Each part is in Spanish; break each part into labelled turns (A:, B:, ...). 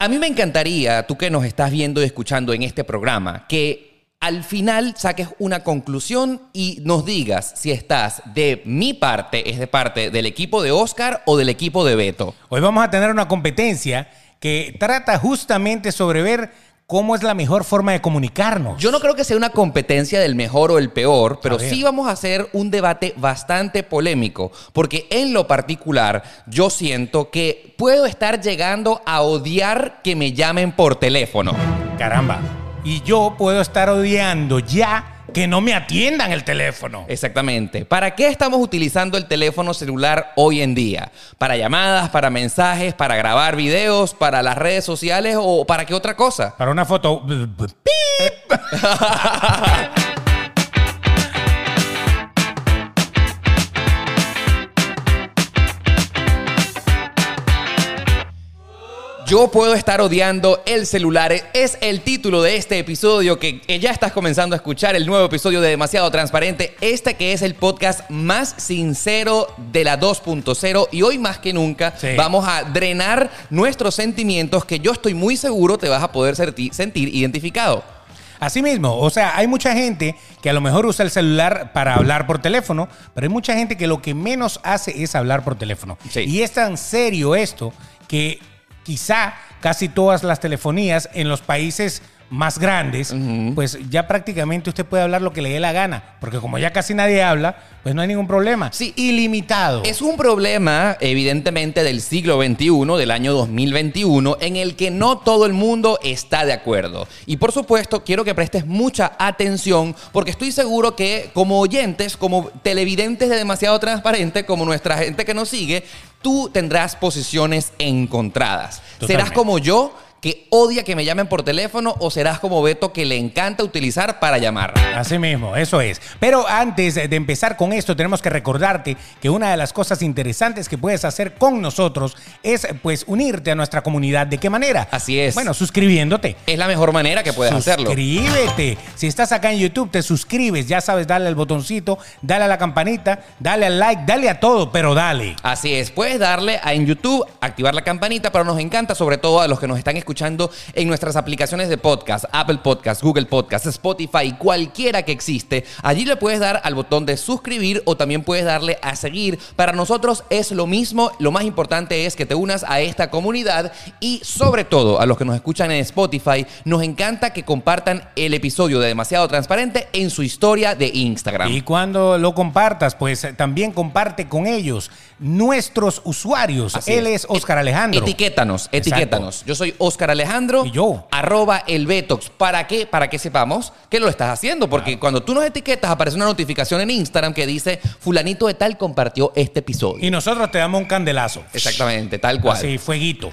A: A mí me encantaría, tú que nos estás viendo y escuchando en este programa, que al final saques una conclusión y nos digas si estás de mi parte, es de parte del equipo de Oscar o del equipo de Beto.
B: Hoy vamos a tener una competencia que trata justamente sobre ver cómo es la mejor forma de comunicarnos.
A: Yo no creo que sea una competencia del mejor o el peor, pero
B: A ver.
A: sí vamos a hacer un debate bastante polémico, porque en lo particular yo siento que puedo estar llegando a odiar que me llamen por teléfono.
B: Caramba. Y yo puedo estar odiando ya que no me atiendan el teléfono.
A: Eh. Exactamente. ¿Para qué estamos utilizando el teléfono celular hoy en día? ¿Para llamadas, para mensajes, para grabar videos, para las redes sociales o para qué otra cosa?
B: Para una foto. ¡Pip!
A: Yo puedo estar odiando el celular. Es el título de este episodio que que ya estás comenzando a escuchar, el nuevo episodio de Demasiado Transparente, este que es el podcast más sincero de la 2.0 y hoy más que nunca
B: Sí.
A: vamos a drenar nuestros sentimientos que yo estoy muy seguro te vas a poder serti- sentir identificado.
B: Así mismo, o sea, hay mucha gente que a lo mejor usa el celular para hablar por teléfono, pero hay mucha gente que lo que menos hace es hablar por teléfono.
A: Sí.
B: Y es tan serio esto que quizá casi todas las telefonías en los países más grandes, pues ya prácticamente usted puede hablar lo que le dé la gana, porque como ya casi nadie habla, pues no hay ningún problema.
A: Sí.
B: ilimitado.
A: Es un problema, evidentemente, del siglo XXI, del año 2021, en el que no todo el mundo está de acuerdo. Y por supuesto, quiero que prestes mucha atención, porque estoy seguro que como oyentes, como televidentes de demasiado transparente, como nuestra gente que nos sigue, tú tendrás posiciones encontradas. Serás
B: Totalmente.
A: como yo que odia que me llamen por teléfono o serás como Beto que le encanta utilizar para llamar.
B: Así mismo, eso es. Pero antes de empezar con esto, tenemos que recordarte que una de las cosas interesantes que puedes hacer con nosotros es pues unirte a nuestra comunidad. ¿De qué manera?
A: Así es.
B: Bueno, suscribiéndote.
A: Es la mejor manera que puedes hacerlo.
B: Suscríbete. Si estás acá en YouTube, te suscribes. Ya sabes, dale al botoncito, dale a la campanita, dale al like, dale a todo, pero dale.
A: Así es, puedes darle a en YouTube, activar la campanita, pero nos encanta sobre todo a los que nos están escuchando en nuestras aplicaciones de podcast, Apple Podcast, Google Podcast, Spotify, cualquiera que existe. Allí le puedes dar al botón de suscribir o también puedes darle a seguir. Para nosotros es lo mismo, lo más importante es que te unas a esta comunidad y sobre todo a los que nos escuchan en Spotify, nos encanta que compartan el episodio de Demasiado Transparente en su historia de Instagram.
B: Y cuando lo compartas, pues eh, también comparte con ellos nuestros usuarios.
A: Así
B: Él
A: es.
B: es Oscar Alejandro.
A: Etiquétanos, etiquétanos. Yo soy Oscar Alejandro.
B: Y yo.
A: Arroba el Betox. ¿Para qué? Para que sepamos que lo estás haciendo. Porque cuando tú nos etiquetas, aparece una notificación en Instagram que dice: Fulanito de Tal compartió este episodio.
B: Y nosotros te damos un candelazo.
A: Exactamente, tal cual.
B: Así, fueguito.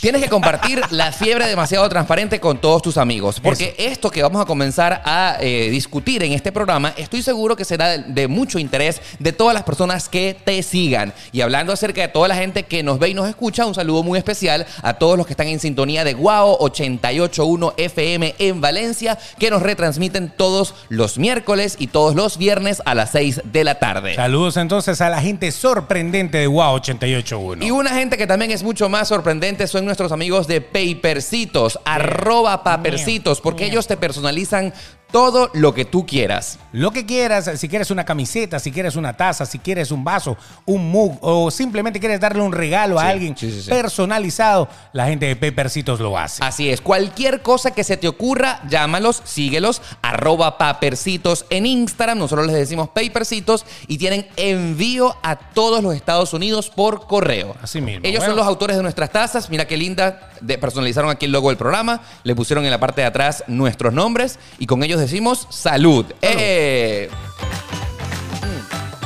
A: Tienes que compartir la fiebre demasiado transparente con todos tus amigos, porque esto que vamos a comenzar a eh, discutir en este programa, estoy seguro que será de, de mucho interés de todas las personas que te sigan. Y hablando acerca de toda la gente que nos ve y nos escucha, un saludo muy especial a todos los que están en sintonía de Guao 881 FM en Valencia, que nos retransmiten todos los miércoles y todos los viernes a las 6 de la tarde.
B: Eh. Saludos entonces a la gente sorprendente de Wow 881.
A: Y una gente que también es mucho más sorprendente son nuestros amigos de Papercitos, arroba Papercitos, porque ellos te personalizan todo lo que tú quieras.
B: Lo que quieras, si quieres una camiseta, si quieres una taza, si quieres un vaso, un mug o simplemente quieres darle un regalo
A: Sí,
B: a alguien
A: sí, Ah. sí, sí.
B: personalizado, la gente de Peppercitos lo hace.
A: Así es, cualquier cosa que se te ocurra, llámalos, síguelos, arroba Papercitos en Instagram, nosotros les decimos Papercitos y tienen envío a todos los Estados Unidos por correo.
B: Así mismo,
A: Ellos son
B: bueno.
A: los autores de nuestras tazas, mira qué linda, de- personalizaron aquí el logo del programa, le pusieron en la parte de atrás nuestros nombres y con ellos decimos salud. ¡Eh! Mm.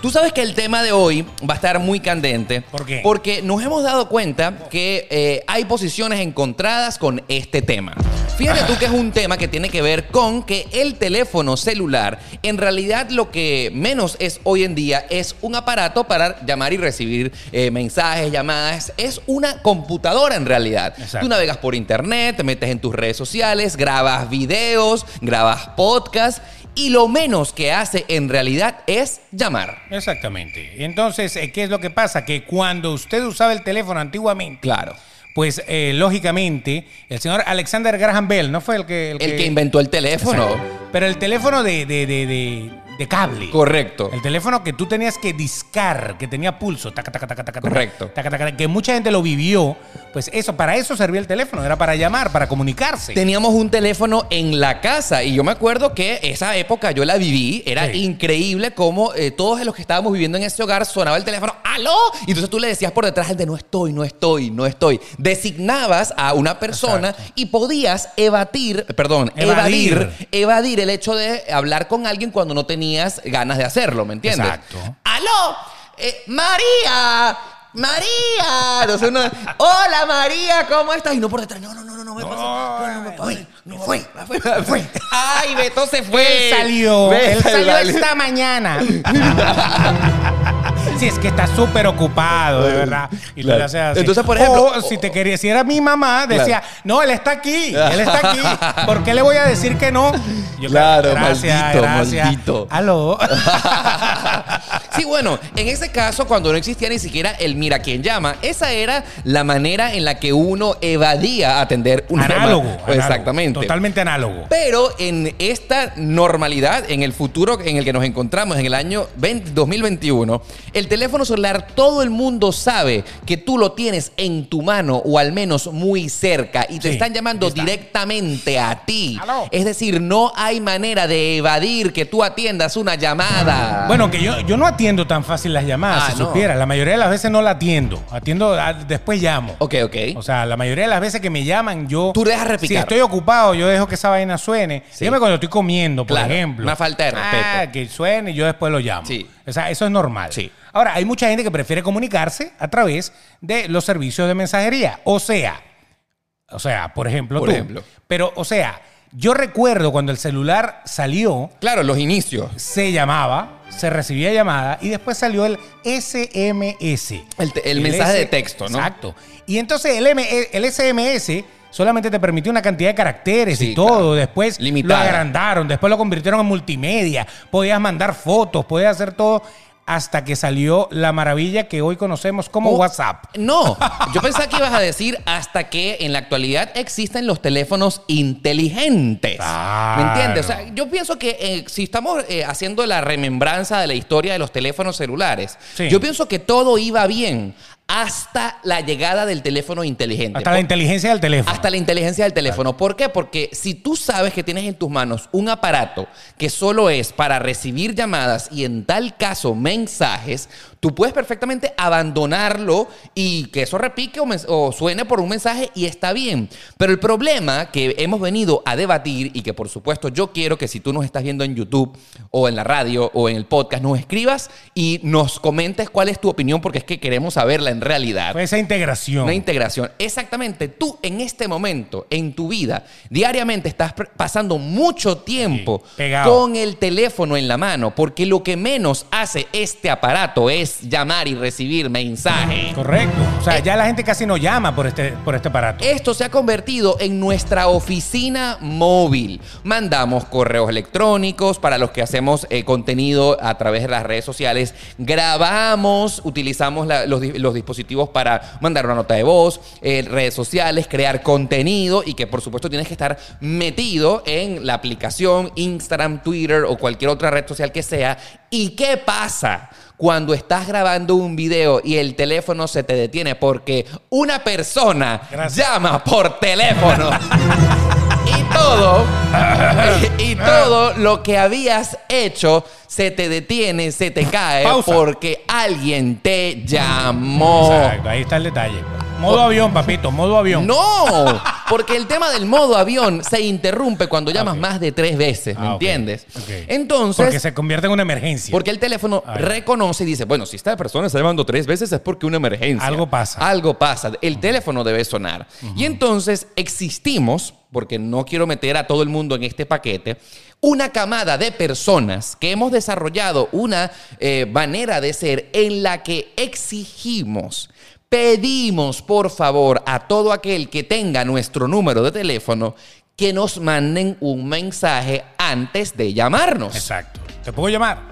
A: Tú sabes que el tema de hoy va a estar muy candente.
B: ¿Por qué?
A: Porque nos hemos dado cuenta que eh, hay posiciones encontradas con este tema. Fíjate tú que es un tema que tiene que ver con que el teléfono celular, en realidad lo que menos es hoy en día es un aparato para llamar y recibir eh, mensajes, llamadas. Es una computadora en realidad.
B: Exacto.
A: Tú navegas por internet, te metes en tus redes sociales, grabas videos, grabas podcasts y lo menos que hace en realidad es llamar.
B: Exactamente. Entonces, eh, ¿qué es lo que pasa? Que cuando usted usaba el teléfono antiguamente,
A: Claro.
B: pues eh, lógicamente el señor Alexander Graham Bell, ¿no fue el que...
A: El que inventó el teléfono.
B: Exacto. Pero el teléfono de, de, de- de- de cable.
A: Correcto.
B: El teléfono que tú tenías que discar, que tenía pulso. taca, taca, taca, taca, taca,
A: Correcto.
B: taca, taca, que mucha gente lo vivió. Pues eso, para eso servía el teléfono. Era para llamar, para comunicarse.
A: Teníamos un teléfono en la casa y yo me acuerdo que esa época yo la viví, era
B: Sí.
A: increíble cómo eh, todos los que estábamos viviendo en ese hogar sonaba el teléfono, ¡aló! Y entonces tú le decías por detrás al de no estoy, no estoy, no estoy. Designabas a una persona y podías evadir, perdón,
B: Evadir.
A: evadir. evadir, el hecho de hablar con alguien cuando no tenías ganas de hacerlo, ¿me entiendes?
B: Exacto.
A: ¡Aló! Eh, ¡María! ¡María! Entonces uno, ¡Hola María! ¿Cómo estás? Y no por detrás, no, no, no, no, no me pasó. No, no me pasó. Me fue, me fue, me fue. ¡Ay, Beto se fue!
B: Él salió.
A: Beto
B: él salió
A: salió.
B: esta mañana. Si es que está súper ocupado, de verdad. Y tú
A: Claro.
B: le haces así.
A: Entonces, por ejemplo,
B: O si te quería, si era mi mamá, decía, no, él está aquí, él está aquí. ¿Por qué le voy a decir que no? Yo,
A: Claro, maldito, maldito.
B: Aló.
A: Sí, bueno, en ese caso, cuando no existía ni siquiera el mira quién llama, esa era la manera en la que uno evadía atender un
B: análogo, análogo.
A: Exactamente.
B: Totalmente análogo.
A: Pero en esta normalidad, en el futuro en el que nos encontramos, en el año 20 2021, el teléfono celular, todo el mundo sabe que tú lo tienes en tu mano o al menos muy cerca y te
B: Sí,
A: están llamando
B: ahí está.
A: directamente a ti.
B: Aló.
A: Es decir, no hay manera de evadir que tú atiendas una llamada.
B: Bueno, que yo, yo no atiendo tan fácil las llamadas,
A: Ah,
B: si
A: no.
B: supiera. La mayoría de las veces no la atiendo. Atiendo, ah, después llamo.
A: ok, ok.
B: O sea, la mayoría de las veces que me llaman, yo.
A: Tú dejas repicar.
B: Si estoy ocupado, yo dejo que esa vaina suene.
A: Sí.
B: Dígame cuando estoy comiendo, por
A: Claro,
B: ejemplo.
A: una falta de
B: Ah,
A: respeto.
B: que suene y yo después lo llamo.
A: Sí.
B: O sea, eso es normal.
A: Sí.
B: Ahora, hay mucha gente que prefiere comunicarse a través de los servicios de mensajería. O sea, o sea, por ejemplo,
A: Por
B: tú.
A: ejemplo.
B: Pero, o sea, yo recuerdo cuando el celular salió,
A: claro, los inicios.
B: se llamaba, se recibía llamada y después salió el SMS.
A: El te- el mensaje de texto, ¿no?
B: Exacto. Y entonces el, M- el SMS solamente te permitió una cantidad de caracteres
A: Sí,
B: y todo.
A: claro.
B: Después
A: Limitada.
B: lo agrandaron, después lo convirtieron en multimedia. Podías mandar fotos, podías hacer todo hasta que salió la maravilla que hoy conocemos como
A: Oh,
B: WhatsApp.
A: No, yo pensaba que ibas a decir hasta que en la actualidad existen los teléfonos inteligentes.
B: Claro.
A: ¿Me entiendes? O sea, yo pienso que eh, si estamos eh, haciendo la remembranza de la historia de los teléfonos celulares,
B: Sí.
A: yo pienso que todo iba bien hasta la llegada del teléfono inteligente.
B: Hasta la
A: Por-
B: inteligencia del teléfono.
A: Oh. hasta la inteligencia del teléfono. ¿Por qué? Porque si tú sabes que tienes en tus manos un aparato que solo es para recibir llamadas y en tal caso mensajes, tú puedes perfectamente abandonarlo y que eso repique o, mens- o suene por un mensaje y está bien. Pero el problema que hemos venido a debatir y que por supuesto yo quiero que si tú nos estás viendo en YouTube o en la radio o en el podcast, nos escribas y nos comentes cuál es tu opinión porque es que queremos saberla en realidad.
B: Fue esa integración.
A: Una integración. Exactamente. Tú en este momento, en tu vida, diariamente estás pr- pasando mucho tiempo
B: Sí, pegado.
A: con el teléfono en la mano, porque lo que menos hace este aparato es llamar y recibir mensajes.
B: Correcto. O
A: Eh.
B: sea, ya la gente casi no llama por este, por este aparato.
A: Esto se ha convertido en nuestra oficina móvil. Mandamos correos electrónicos para los que hacemos eh, contenido a través de las redes sociales. Grabamos, utilizamos la- los, di- los dispositivos para mandar una nota de voz, eh, redes sociales, crear contenido y que por supuesto tienes que estar metido en la aplicación Instagram, Twitter o cualquier otra red social que sea. ¿Y qué pasa? Cuando estás grabando un video y el teléfono se te detiene porque una persona
B: Gracias.
A: llama por teléfono. y todo, y todo lo que habías hecho se te detiene, se te cae
B: Pausa.
A: porque alguien te llamó.
B: Exacto, ahí está el detalle. Modo avión, papito, modo avión.
A: No, porque el tema del modo avión se interrumpe cuando llamas
B: Ah, ok.
A: más de tres veces, ¿me
B: Ah, ok,
A: entiendes?
B: ok.
A: Entonces,
B: Porque se convierte en una emergencia.
A: porque el teléfono
B: Ay.
A: reconoce y dice, bueno, si esta persona está llamando tres veces es porque una emergencia.
B: Algo pasa.
A: Algo pasa. El teléfono debe sonar. Y entonces existimos, porque no quiero meter a todo el mundo en este paquete, una camada de personas que hemos desarrollado una eh, manera de ser en la que exigimos. Pedimos, por favor, a todo aquel que tenga nuestro número de teléfono que nos manden un mensaje antes de llamarnos.
B: Exacto. ¿Te puedo llamar?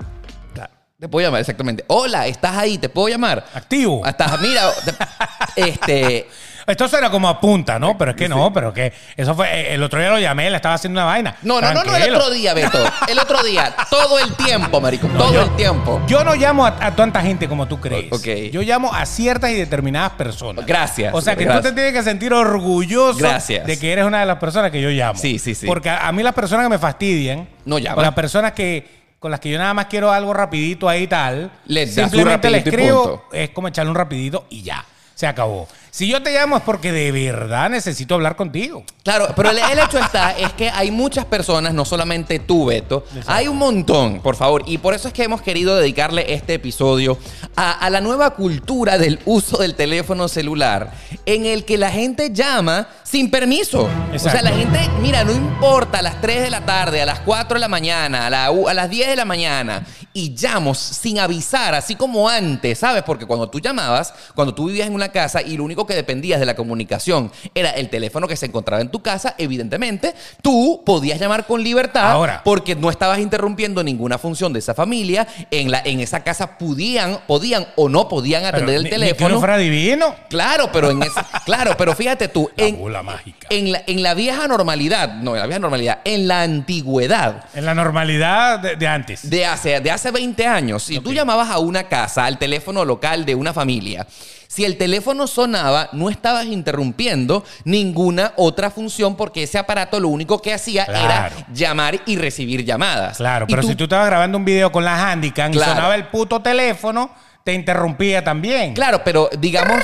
A: Te puedo llamar, Ah. exactamente. Hola, estás ahí, te puedo llamar.
B: Activo.
A: Hasta, mira, te- este.
B: Esto suena como a punta, ¿no? Pero es que no, pero que eso fue. eh, El otro día lo llamé, le estaba haciendo una vaina.
A: No, no, no, no, el
B: Tranquilo.
A: otro día, Beto. El otro día. Todo el tiempo, marico. todo
B: yo-
A: el tiempo.
B: Yo no llamo a, a tanta gente como tú crees.
A: O- ok.
B: Yo llamo a ciertas y determinadas personas.
A: Gracias.
B: O sea que tú
A: Gracias.
B: te tienes que sentir orgulloso
A: Gracias.
B: de que eres una de las personas que yo llamo.
A: Sí, sí, sí.
B: Porque a, a mí las personas que me fastidian,
A: No llamas.
B: o las personas que con las que yo nada más quiero algo rapidito ahí y tal,
A: Les das un
B: simplemente le
A: rapidito y
B: escribo,
A: punto.
B: es como echarle un rapidito y ya. Se acabó. Si yo te llamo es porque de verdad necesito hablar contigo.
A: Claro, pero el, el hecho está, es que hay muchas personas, no solamente tú, Beto, hay un montón, por favor, y por eso es que hemos querido dedicarle este episodio a, a la nueva cultura del uso del teléfono celular, en el que la gente llama sin permiso. O sea,
B: Exacto.
A: la gente, mira, no importa, a las 3 de la tarde, a las 4 de la mañana, a, la u- a las 10 de la mañana, y llamos sin avisar, así como antes, ¿sabes? Porque cuando tú llamabas, cuando tú vivías en una casa y lo único que dependías de la comunicación era el teléfono que se encontraba en tu casa, evidentemente, tú podías llamar con libertad
B: Ahora.
A: porque no estabas interrumpiendo ninguna función de esa familia. En, la, en esa casa podían, podían o no podían atender
B: Pero
A: el
B: ni- ni que
A: teléfono.
B: uno fuera divino.
A: Claro, pero en esa- claro, pero fíjate tú,
B: La
A: en,
B: bola mágica.
A: en la, en la vieja normalidad, no, en la vieja normalidad, en la antigüedad
B: En la normalidad de, de antes.
A: de hace, de hace 20 años, si tú llamabas a una casa, al teléfono local de una familia, si el teléfono sonaba, no estabas interrumpiendo ninguna otra función porque ese aparato lo único que hacía
B: Claro.
A: era llamar y recibir llamadas.
B: Claro,
A: Y
B: pero si tú estabas grabando un video con la Handycam
A: Claro.
B: y sonaba el puto teléfono, te interrumpía también.
A: Claro, pero digamos...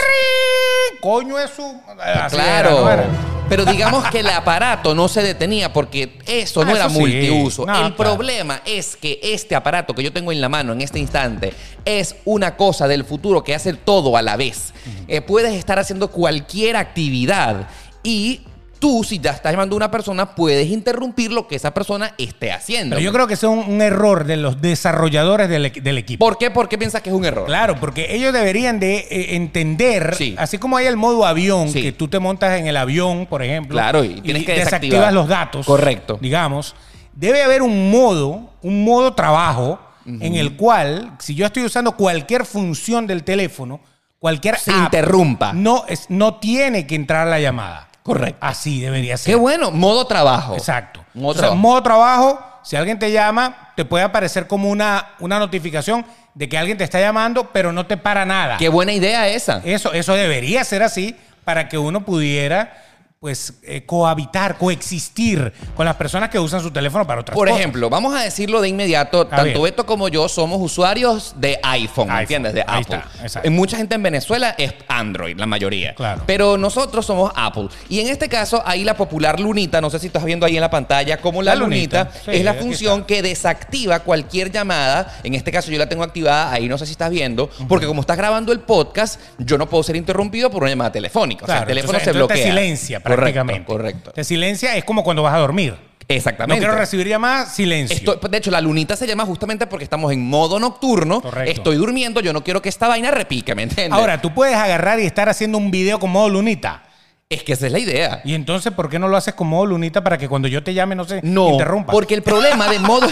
B: Coño es su. Así era,
A: Claro.
B: ¿no era?
A: Pero digamos que el aparato no se detenía porque eso
B: Ah,
A: no era
B: eso sí.
A: multiuso.
B: No,
A: el
B: claro.
A: problema es que este aparato que yo tengo en la mano en este instante es una cosa del futuro que hace todo a la vez. Eh, puedes estar haciendo cualquier actividad y tú, si ya estás llamando a una persona, puedes interrumpir lo que esa persona esté haciendo.
B: Pero yo creo que eso es un, un error de los desarrolladores del, equ- del equipo.
A: ¿Por qué? ¿Por qué piensas que es un error?
B: Claro, porque ellos deberían de eh, entender,
A: Sí.
B: así como hay el modo avión,
A: Sí.
B: que tú te montas en el avión, por ejemplo,
A: Claro, y tienes que desactivar.
B: desactivas los datos.
A: Correcto.
B: Digamos, debe haber un modo, un modo trabajo, en el cual, si yo estoy usando cualquier función del teléfono, cualquier
A: Se
B: app,
A: interrumpa.
B: No, es, no tiene que entrar la llamada.
A: Correcto.
B: Así debería ser.
A: Qué bueno, modo trabajo.
B: Exacto.
A: Modo
B: o sea,
A: trabajo.
B: modo trabajo, si alguien te llama, te puede aparecer como una, una notificación de que alguien te está llamando, pero no te para nada.
A: Qué buena idea esa.
B: Eso, eso debería ser así para que uno pudiera pues eh, cohabitar, coexistir con las personas que usan su teléfono para otras
A: Por
B: cosas.
A: ejemplo, vamos a decirlo de inmediato,
B: Está
A: tanto
B: bien.
A: Beto como yo somos usuarios de iPhone,
B: iPhone,
A: ¿entiendes? De
B: ahí
A: Apple.
B: está, exacto.
A: Eh, Mucha gente en Venezuela es Android, la mayoría.
B: Claro.
A: Pero nosotros somos Apple. Y en este caso, ahí la popular lunita, no sé si estás viendo ahí en la pantalla, como la,
B: La lunita,
A: lunita,
B: sí,
A: es la
B: aquí
A: función
B: está.
A: que desactiva cualquier llamada. En este caso yo la tengo activada, ahí no sé si estás viendo, porque como estás grabando el podcast, yo no puedo ser interrumpido por una llamada telefónica. o sea, el
B: Claro,
A: teléfono
B: entonces-
A: se
B: entonces
A: bloquea.
B: Te silencia
A: Correcto,
B: prácticamente.
A: Correcto.
B: Te silencia es como cuando vas a dormir. No
A: Exactamente.
B: quiero recibir llamadas, silencio.
A: Estoy- de hecho, la lunita se llama justamente porque estamos en modo nocturno.
B: Correcto.
A: Estoy durmiendo, yo no quiero que esta vaina repique, ¿me entiendes?
B: Ahora, tú puedes agarrar y estar haciendo un video con modo lunita.
A: es que esa es la idea.
B: Y entonces, ¿por qué no lo haces con modo lunita para que cuando yo te llame no se
A: No,
B: interrumpa?
A: porque el problema de modo...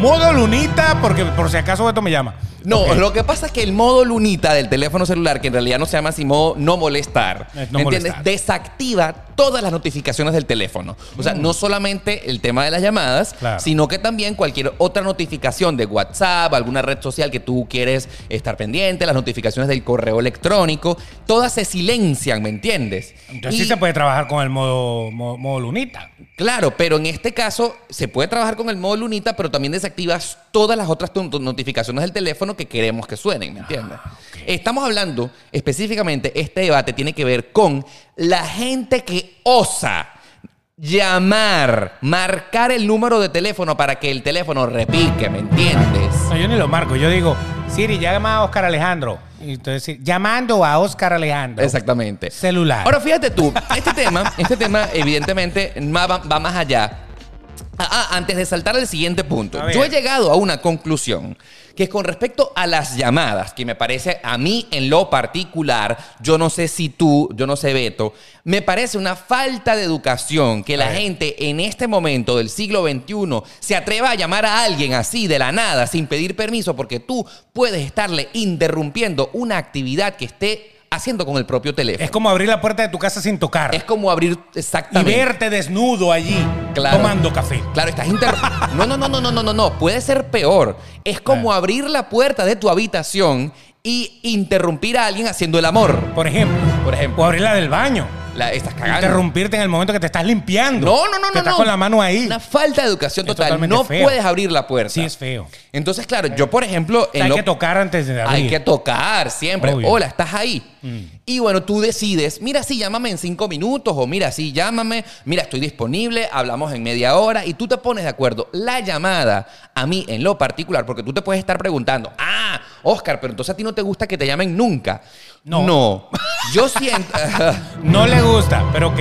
B: Modo lunita, porque por si acaso Beto me llama.
A: No,
B: Ok.
A: lo que pasa es que el modo lunita del teléfono celular, que en realidad no se llama así modo no molestar,
B: Es no
A: ¿me ¿entiendes?
B: molestar.
A: Desactiva todas las notificaciones del teléfono. O sea, no solamente el tema de las llamadas,
B: Mm. Claro.
A: sino que también cualquier otra notificación de WhatsApp, alguna red social que tú quieres estar pendiente, las notificaciones del correo electrónico, todas se silencian, ¿me entiendes?
B: Entonces
A: Y-
B: sí se puede trabajar con el modo, modo, modo lunita.
A: Claro, pero en este caso se puede trabajar con el modo lunita, pero también desactivas todas las otras tu- tu- notificaciones del teléfono que queremos que suenen, ¿me entiendes? Estamos hablando específicamente, este debate tiene que ver con la gente que osa llamar, marcar el número de teléfono para que el teléfono repique, ¿me entiendes?
B: No, yo ni lo marco. Yo digo, Siri, llama a Oscar Alejandro. Y entonces, sí, llamando a Oscar Alejandro.
A: Exactamente.
B: Celular.
A: Ahora fíjate tú, este tema, este tema evidentemente ma- va, va más allá. Ah, ah, antes de saltar al siguiente punto,
B: A ver.
A: yo he llegado a una conclusión que es con respecto a las llamadas, que me parece a mí en lo particular, yo no sé si tú, yo no sé Beto, me parece una falta de educación que la
B: ver.
A: gente en este momento del siglo XXI se atreva a llamar a alguien así de la nada, sin pedir permiso, porque tú puedes estarle interrumpiendo una actividad que esté haciendo con el propio teléfono.
B: Es como abrir la puerta de tu casa sin tocar.
A: Es como abrir
B: y
A: exactamente.
B: verte desnudo allí
A: Claro.
B: tomando café.
A: Claro, estás inter... No, no, no, no, no, no, no, no. Puede ser peor. Es como abrir la puerta de tu habitación y interrumpir a alguien haciendo el amor.
B: Por ejemplo.
A: Por ejemplo.
B: O abrir la del baño.
A: La, estás cagando.
B: Interrumpirte en el momento que te estás limpiando.
A: No, no, no,
B: Que
A: no.
B: estás
A: no.
B: con la mano ahí.
A: Una falta de educación
B: Es
A: total.
B: totalmente
A: No
B: feo.
A: puedes abrir la puerta.
B: Sí, es feo.
A: Entonces, claro, yo, por ejemplo. en
B: hay
A: lo-
B: que tocar antes de abrir.
A: Hay que tocar siempre.
B: Obvio. Mm.
A: Hola, estás ahí. Y bueno, tú decides, mira, sí, llámame en cinco minutos o mira, sí, llámame, mira, estoy disponible, hablamos en media hora y tú te pones de acuerdo. La llamada, a mí en lo particular, porque tú te puedes estar preguntando, ah, Oscar, pero entonces a ti no te gusta que te llamen nunca.
B: No.
A: No. Yo siento...
B: No le gusta, pero ok.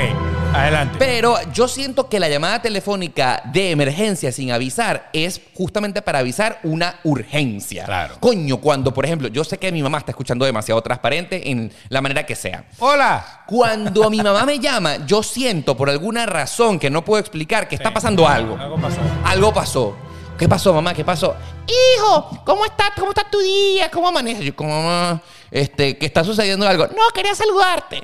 B: Adelante.
A: Pero yo siento que la llamada telefónica de emergencia sin avisar es justamente para avisar una urgencia.
B: Claro.
A: Coño, cuando, por ejemplo, yo sé que mi mamá está escuchando demasiado transparente en la manera que sea.
B: Hola.
A: Cuando mi mamá me llama, yo siento por alguna razón que no puedo explicar que está pasando algo.
B: Algo pasó.
A: Algo pasó. ¿Qué pasó, mamá? ¿Qué pasó? Hijo, ¿cómo estás? ¿Cómo está tu día? ¿Cómo amaneces? Yo, como mamá, este, que está sucediendo algo. No, quería saludarte.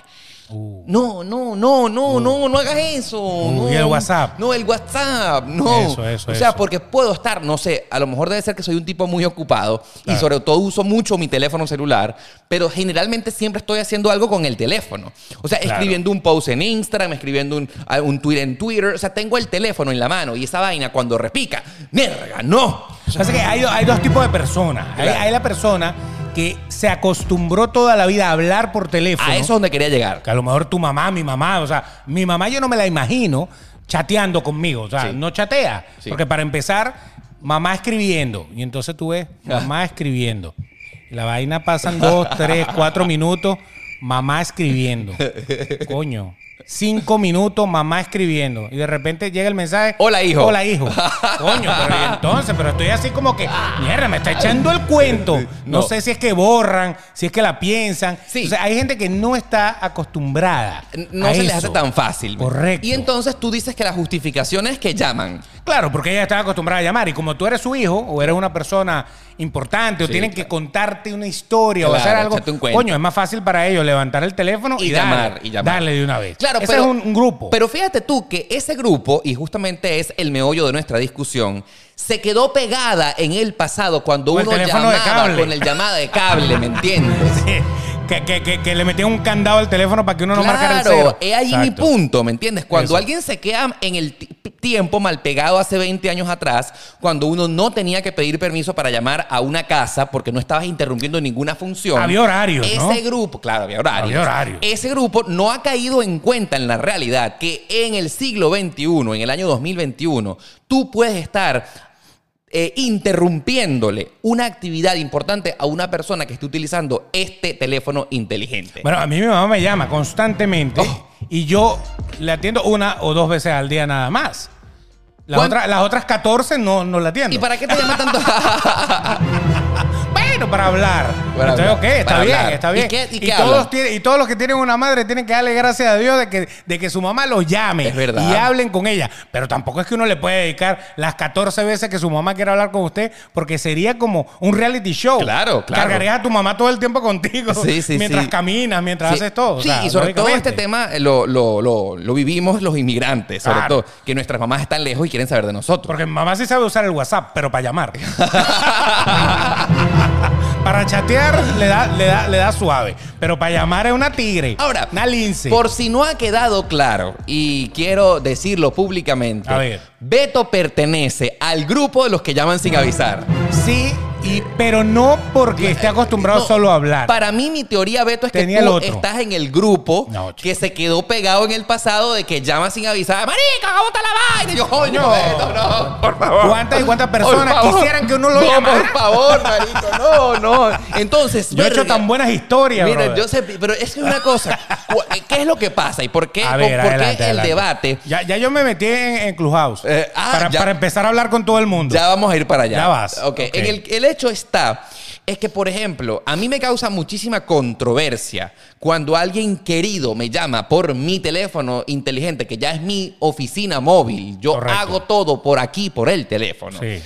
B: Uh.
A: No, no, no, no, no, no hagas eso. no.
B: Oh. y el WhatsApp.
A: No, el WhatsApp, no.
B: Eso, eso,
A: O sea,
B: eso.
A: porque puedo estar, no sé, a lo mejor debe ser que soy un tipo muy ocupado y sobre todo uso mucho mi teléfono celular, pero generalmente siempre estoy haciendo algo con el teléfono. O sea,
B: Claro.
A: escribiendo un post en Instagram, escribiendo un, a- un tweet en Twitter. O sea, tengo el teléfono en la mano y esa vaina cuando repica, ¡merga, no!
B: Pasa que hay, hay dos tipos de personas. Hay,
A: Claro.
B: hay la persona que se acostumbró toda la vida a hablar por teléfono.
A: A eso es donde quería llegar.
B: Que a lo mejor tu mamá, mi mamá, o sea, mi mamá yo no me la imagino chateando conmigo, o
A: Sí.
B: sea, no chatea.
A: Sí.
B: Porque para empezar, mamá escribiendo, y entonces tú ves,
A: Ah.
B: mamá escribiendo. Y La vaina pasan dos, tres, cuatro minutos, mamá escribiendo. Coño. Cinco minutos, mamá escribiendo. Y de repente llega el mensaje.
A: Hola, hijo.
B: Hola, hijo. Coño, pero ¿y entonces, pero estoy así como que, mierda, me está echando el cuento.
A: No.
B: No, sé si es que borran, si es que la piensan.
A: Sí.
B: O sea, hay gente que no está acostumbrada.
A: No
B: a
A: se les
B: eso.
A: hace tan fácil.
B: Correcto.
A: Y entonces tú dices que la justificación es que llaman.
B: Claro, porque ella está acostumbrada a llamar. Y como tú eres su hijo, o eres una persona importante, o
A: Sí,
B: tienen
A: claro.
B: que contarte una historia o
A: Claro,
B: hacer algo.
A: echarte un cuento.
B: Coño, es más fácil para ellos levantar el teléfono
A: Y
B: y,
A: llamar,
B: darle,
A: y llamar.
B: darle de una vez.
A: Claro,
B: Ese
A: pero
B: es un, un grupo.
A: Pero fíjate tú que ese grupo, y justamente es el meollo de nuestra discusión, se quedó pegada en el pasado cuando
B: Con el
A: uno
B: teléfono de
A: llamaba
B: cable.
A: con el llamada de cable, ¿me entiendes?
B: que, que- que- que le metían un candado al teléfono para que uno no marcara el
A: Claro,
B: cero.
A: es ahí mi
B: Exacto.
A: punto, ¿me entiendes? Cuando
B: Eso.
A: alguien se queda en el ti- tiempo mal pegado hace 20 años atrás, cuando uno no tenía que pedir permiso para llamar a una casa porque no estabas interrumpiendo ninguna función.
B: Había horarios,
A: Ese
B: ¿no?
A: grupo, claro, había horarios.
B: Había horarios.
A: Ese grupo no ha caído en cuenta en la realidad que en el siglo XXI, en el año 2021, tú puedes estar eh, interrumpiéndole una actividad importante a una persona que esté utilizando este teléfono inteligente.
B: Bueno, a mí mi mamá me llama constantemente
A: Oh.
B: y yo le atiendo una o dos veces al día nada más. Las,
A: ¿Cuán-
B: otras- las otras 14 no, no la atiendo.
A: ¿Y para qué te llama tanto?
B: Bueno, para hablar.
A: Para
B: Entonces,
A: hablar,
B: ok, está
A: para
B: bien,
A: hablar.
B: está bien.
A: ¿Y qué- y qué hablan?
B: todos tienen- y todos los que tienen una madre tienen que darle gracias a Dios de que, de que su mamá los llame
A: Es verdad.
B: y hablen con ella. Pero tampoco es que uno le puede dedicar las 14 veces que su mamá quiera hablar con usted, porque sería como un reality show.
A: Claro, claro.
B: Cargarías a tu mamá todo el tiempo contigo.
A: Sí, sí,
B: mientras
A: sí.
B: caminas, mientras
A: Sí.
B: haces todo. O
A: Sí,
B: sea,
A: y sobre todo
B: lógicamente.
A: este tema eh, lo, lo- lo- lo vivimos los inmigrantes, sobre
B: Claro.
A: todo, que nuestras mamás están lejos y quieren saber de nosotros.
B: Porque mi mamá sí sabe usar el WhatsApp, pero para llamar. para chatear le da, le da, le da suave. Pero para llamar es una tigre.
A: Ahora,
B: Una lince.
A: por si no ha quedado claro, y quiero decirlo públicamente,
B: A ver.
A: Beto pertenece al grupo de los que llaman sin avisar.
B: Sí, y, pero no porque esté acostumbrado
A: eh, No,
B: solo a hablar.
A: Para mí, mi teoría, Beto, es
B: Tenía
A: que
B: el
A: tú
B: otro.
A: estás en el grupo
B: No, chico.
A: que se quedó pegado en el pasado de que llama sin avisar. ¡Marica, cómo está la vaina! Y yo, coño,
B: No.
A: Beto, no, por favor.
B: ¿Cuántas y cuántas
A: Por
B: personas
A: favor.
B: quisieran que uno lo
A: No,
B: llamara?
A: por favor, marico, no, no. Entonces,
B: Yo he hecho
A: verga.
B: tan buenas historias,
A: Mira,
B: brother.
A: yo sé, pero es que una cosa. ¿Qué es lo que pasa y por qué,
B: A ver,
A: por qué
B: adelante,
A: el
B: adelante.
A: debate?
B: Ya, ya yo me metí en, en Clubhouse.
A: Eh, ah,
B: para,
A: ya.
B: para empezar a hablar con todo el mundo.
A: Ya vamos a ir para allá.
B: Ya vas.
A: Ok.
B: Ok.
A: En el, el hecho está, es que, por ejemplo, a mí me causa muchísima controversia cuando alguien querido me llama por mi teléfono inteligente, que ya es mi oficina móvil. Yo
B: Correcto.
A: hago todo por aquí, por el teléfono.
B: Sí.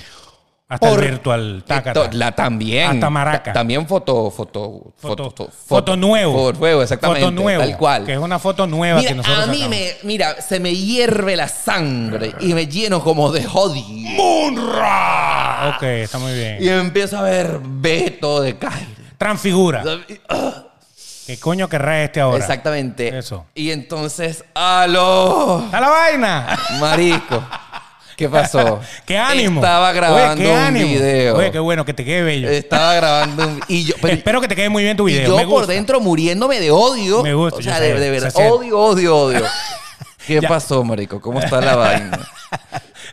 B: Hasta
A: Por-
B: el virtual. taca,
A: Esto-
B: taca.
A: La también.
B: Hasta maraca.
A: Ta- también foto, foto,
B: Foto,
A: foto,
B: foto nuevo.
A: Foto nuevo, exactamente.
B: Foto nuevo.
A: Tal cual.
B: Que es una foto nueva
A: Mira,
B: que nosotros
A: a mí
B: sacamos.
A: me, mira, se me hierve la sangre y me lleno como de odio. ¡Munra!
B: Ah. Ok, está muy bien.
A: Y empiezo a ver Beto de Cairo.
B: Transfigura. ¿Qué coño querrá este ahora?
A: Exactamente.
B: Eso.
A: Y entonces, ¡aló!
B: ¡Está la vaina!
A: Marisco. ¿Qué pasó?
B: ¡Qué ánimo!
A: Estaba grabando
B: Oye, qué
A: un
B: ánimo.
A: video.
B: Oye, qué bueno, que te quede bello.
A: Estaba grabando un y yo, pero-
B: Espero que te quede muy bien tu
A: y
B: video.
A: yo
B: Me
A: por
B: gusta.
A: dentro muriéndome de odio.
B: Me gusta,
A: O
B: yo
A: sea,
B: sé,
A: de, de verdad.
B: se siente.
A: Odio, odio, odio. ¿Qué
B: Ya.
A: pasó, marico? ¿Cómo está la vaina?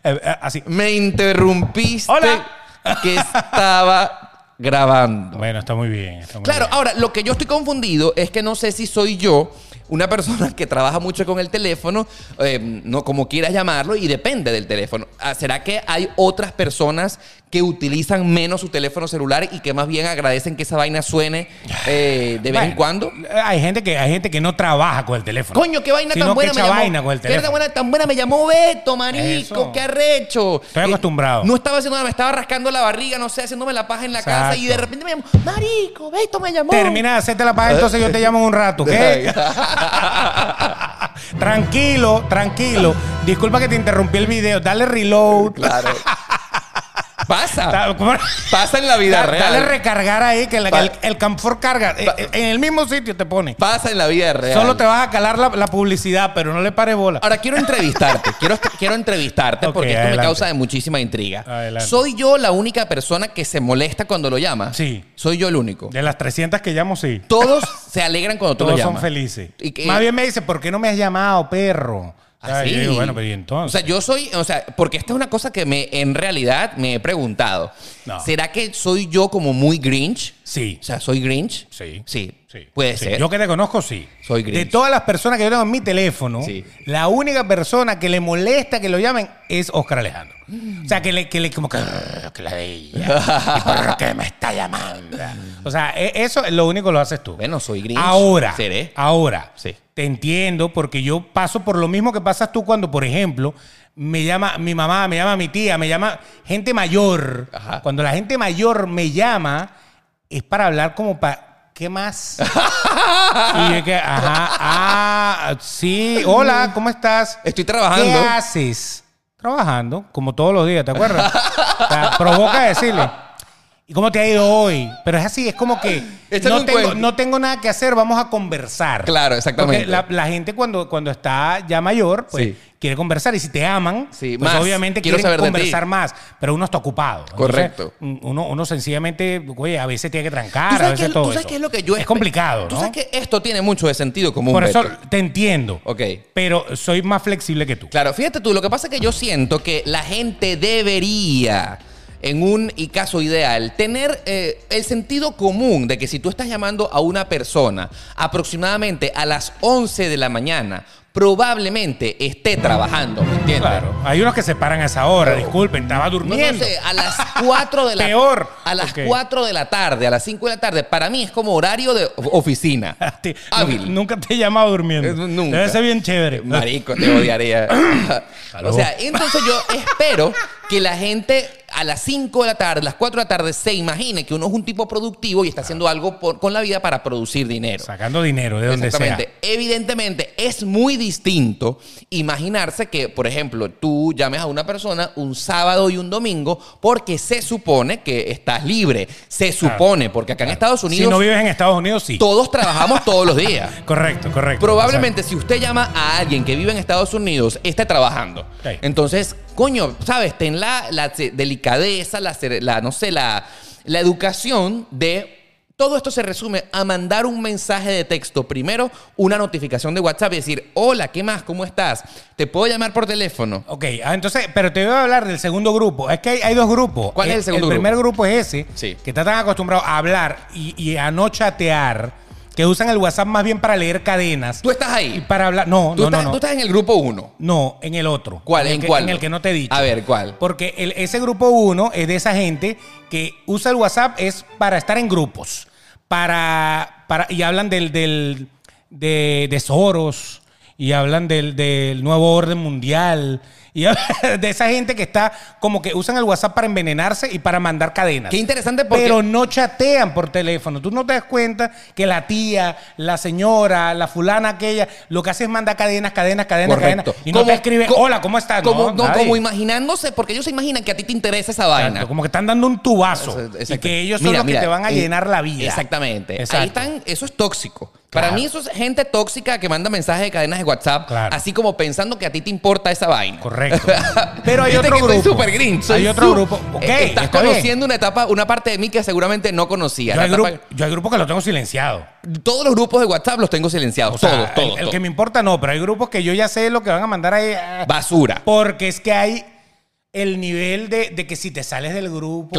B: Eh, eh, así.
A: Me interrumpiste
B: Hola.
A: que estaba grabando.
B: Bueno, está muy bien. está muy
A: Claro,
B: bien.
A: ahora lo que yo estoy confundido es que no sé si soy yo una persona que trabaja mucho con el teléfono, eh, no como quieras llamarlo, y depende del teléfono. Ah, ¿Será que hay otras personas que utilizan menos su teléfono celular y que más bien agradecen que esa vaina suene eh, de vez en
B: Bueno,
A: cuando?
B: Hay gente, que, hay gente que no trabaja con el teléfono.
A: Coño, qué vaina
B: Si
A: tan
B: no,
A: buena
B: qué
A: me llamó.
B: vaina con el
A: Qué
B: teléfono.
A: vaina tan buena me llamó Beto, marico,
B: Eso.
A: qué arrecho.
B: Estoy
A: Eh,
B: acostumbrado.
A: No estaba haciendo nada, me estaba rascando la barriga, no sé, haciéndome la paja en la casa y de
B: Exacto.
A: repente me llamó, marico, Beto me llamó.
B: Termina de hacerte la paja, entonces yo te llamo en un rato, ¿qué? tranquilo, tranquilo. Disculpa que te interrumpí el video. Dale reload.
A: Claro. Pasa.
B: Da- ¿cómo?
A: Pasa en la vida
B: Da-
A: real.
B: Dale recargar ahí, que la-
A: Pa-
B: el, el Camfor carga. Eh, eh, En el mismo sitio te pone.
A: Pasa en la vida real. Ah,
B: Solo te vas a calar la, la publicidad, pero no le pares bola.
A: Ahora quiero entrevistarte, quiero, quiero entrevistarte
B: Ok,
A: porque esto me
B: adelante.
A: causa de muchísima intriga.
B: Adelante.
A: ¿Soy yo la única persona que se molesta cuando lo llama?
B: Sí.
A: Soy yo el único.
B: De las 300 que llamo, sí.
A: Todos se alegran cuando tú lo
B: Todos
A: llamas.
B: son felices.
A: Y que-
B: Más bien me dice, ¿por qué no me has llamado, perro?
A: Ah,
B: Ay,
A: sí.
B: yo digo, bueno, pero ¿y entonces?
A: O sea, yo soy, o sea, porque esta es una cosa que me, en realidad me he preguntado.
B: No.
A: ¿Será que soy yo como muy Grinch?
B: sí.
A: O sea, ¿soy Grinch?
B: Sí.
A: Sí.
B: Sí.
A: Puede
B: Sí.
A: ser.
B: Yo que te conozco, sí.
A: Soy Grinch.
B: De todas las personas que yo tengo en mi teléfono,
A: Sí.
B: la única persona que le molesta que lo llamen es Oscar Alejandro. O sea, que le, que le como que... que la de ella. ¿Y por qué me está llamando? O sea, e- eso lo único lo haces tú.
A: Bueno, soy Grinch.
B: Ahora,
A: Seré.
B: ahora,
A: Sí.
B: te entiendo porque yo paso por lo mismo que pasas tú cuando, por ejemplo, me llama mi mamá, me llama mi tía, me llama gente mayor.
A: Ajá.
B: Cuando la gente mayor me llama, es para hablar como para, ¿qué más? y yo que, ajá, ah, sí, hola, ¿cómo estás?
A: Estoy trabajando.
B: ¿Qué haces? Trabajando, como todos los días, ¿te acuerdas? O sea, provoca decirle. ¿Y cómo te ha ido hoy? Pero es así, es como que
A: Échale
B: no
A: Este un
B: tengo,
A: cuento.
B: no tengo nada que hacer, vamos a conversar.
A: Claro, exactamente.
B: Porque la, la gente cuando, cuando está ya mayor, pues
A: Sí.
B: quiere conversar. Y si te aman,
A: Sí,
B: pues
A: más.
B: obviamente
A: Quiero
B: quieren
A: saber de ti.
B: conversar más. Pero uno está ocupado. Entonces,
A: Correcto.
B: uno, uno sencillamente, oye, a veces tiene que
A: ¿Tú
B: trancar, a
A: sabes, qué,
B: veces todo
A: tú sabes
B: eso.
A: qué es lo que yo
B: Es
A: espe-
B: complicado, ¿no?
A: Tú sabes que esto tiene mucho de sentido común.
B: Por eso
A: Beto.
B: te entiendo.
A: Ok.
B: Pero soy más flexible que tú.
A: Claro, fíjate tú, lo que pasa es que yo siento que la gente debería, en un y caso ideal, tener eh, el sentido común de que si tú estás llamando a una persona aproximadamente a las 11 de la mañana, probablemente esté trabajando, ¿me entiendes?
B: Claro. Hay unos que se paran a esa hora, disculpen,
A: No,
B: estaba
A: no
B: durmiendo.
A: sé, a las 4 de la
B: Peor.
A: A las
B: Ok.
A: 4 de la tarde, a las 5 de la tarde, para mí es como horario de oficina.
B: Te-
A: Hábil.
B: Nunca te he llamado durmiendo.
A: Eh, nunca. Eh,
B: Debe ser bien chévere.
A: Marico, te odiaría. o
B: Aló.
A: sea, entonces yo espero que la gente a las 5 de la tarde, a las 4 de la tarde, se imagine que uno es un tipo productivo y está haciendo algo por- con la vida para producir dinero.
B: Sacando dinero de donde sea.
A: Exactamente. Evidentemente, es muy distinto imaginarse que, por ejemplo, tú llames a una persona un sábado y un domingo porque se supone que estás libre. Se
B: Claro.
A: supone, porque acá en Estados Unidos
B: si no vives en Estados Unidos, sí.
A: todos trabajamos todos los días.
B: Correcto, correcto.
A: Probablemente si usted llama a alguien que vive en Estados Unidos, está trabajando.
B: Sí.
A: Entonces, coño, ¿sabes? Ten la, la ce- delicadeza, la, cere- la, no sé, la, la educación de... Todo esto se resume a mandar un mensaje de texto. Primero, una notificación de WhatsApp y decir, hola, ¿qué más? ¿Cómo estás? ¿Te puedo llamar por teléfono?
B: Ok, ah, entonces, pero te voy a hablar del segundo grupo. Es que hay, hay dos grupos. Eh,
A: ¿Cuál es el segundo
B: El primer grupo es ese,
A: Sí.
B: que está tan acostumbrado a hablar y, y a no chatear, que usan el WhatsApp más bien para leer cadenas.
A: Tú estás ahí.
B: Y para hablar. No,
A: tú,
B: no,
A: estás,
B: no.
A: tú
B: no.
A: estás en el grupo 1.
B: No, en el otro.
A: ¿Cuál?
B: En, el
A: ¿En
B: que-
A: cuál?
B: En el que no te he dicho. Pues,
A: A ver, ¿cuál?
B: Porque el- ese grupo uno es de esa gente que usa el WhatsApp es para estar en grupos. Para. para y hablan del, del de, de Soros. Y hablan del, del nuevo orden mundial. Y de esa gente que está como que usan el WhatsApp para envenenarse y para mandar cadenas.
A: Qué interesante porque-
B: Pero no chatean por teléfono. Tú no te das cuenta que la tía, la señora, la fulana aquella, lo que hace es mandar cadenas, cadenas, cadenas,
A: Correcto.
B: cadenas. Y no
A: Como-
B: te escribe,
A: co-
B: hola, ¿cómo estás?
A: Como, no,
B: nadie.
A: como imaginándose, porque ellos se imaginan que a ti te interesa esa vaina.
B: Exacto, como que están dando un tubazo.
A: Exacto.
B: Y que ellos son
A: Mira,
B: los
A: mira,
B: que te van a
A: eh,
B: llenar la vida.
A: Exactamente. Ahí
B: Exacto.
A: están, eso es tóxico. Para
B: Claro.
A: mí eso es gente tóxica que manda mensajes de cadenas de WhatsApp,
B: Claro.
A: así como pensando que a ti te importa esa vaina.
B: Correcto. Pero hay
A: Viste
B: otro
A: que
B: grupo.
A: Soy super green. soy
B: hay otro
A: su-
B: grupo. Ok,
A: Eh, Estás
B: está bien.
A: conociendo una etapa, una parte de mí que seguramente no conocía.
B: Yo hay,
A: La etapa-
B: grupo, yo hay grupos que lo tengo silenciado.
A: Todos los grupos de WhatsApp los tengo silenciados.
B: O sea,
A: todos, todos.
B: el, el
A: todos.
B: que me importa no, pero hay grupos que yo ya sé lo que van a mandar ahí. ah,
A: Basura.
B: Porque es que hay el nivel de, de que si te sales del grupo.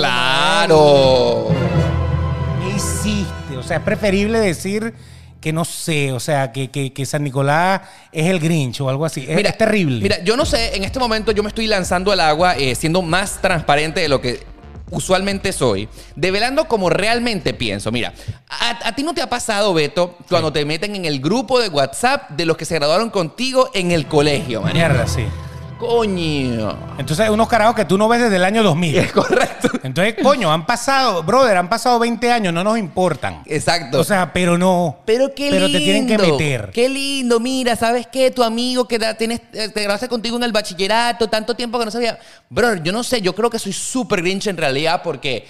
A: Claro.
B: man, ¿Qué hiciste? O sea, es preferible decir que no sé, o sea, que, que- que San Nicolás es el Grinch o algo así. Es, es terrible.
A: Mira, yo no sé, en este momento yo me estoy lanzando al agua eh, siendo más transparente de lo que usualmente soy, develando como realmente pienso. Mira, a, a ti no te ha pasado, Beto, cuando te meten en el grupo de WhatsApp de los que se graduaron contigo en el colegio, man.
B: Mierda, sí.
A: Coño.
B: Entonces, unos carajos que tú no ves desde el año 2000.
A: Es correcto.
B: Entonces, coño, han pasado, brother, han pasado 20 años, no nos importan.
A: Exacto.
B: O sea, pero no.
A: Pero qué
B: Pero
A: lindo.
B: te tienen que meter.
A: Qué lindo, mira, ¿sabes qué? Tu amigo que da- tienes, eh, te grabaste contigo en el bachillerato, tanto tiempo que no sabía. Bro, yo no sé, yo creo que soy súper grinch en realidad porque.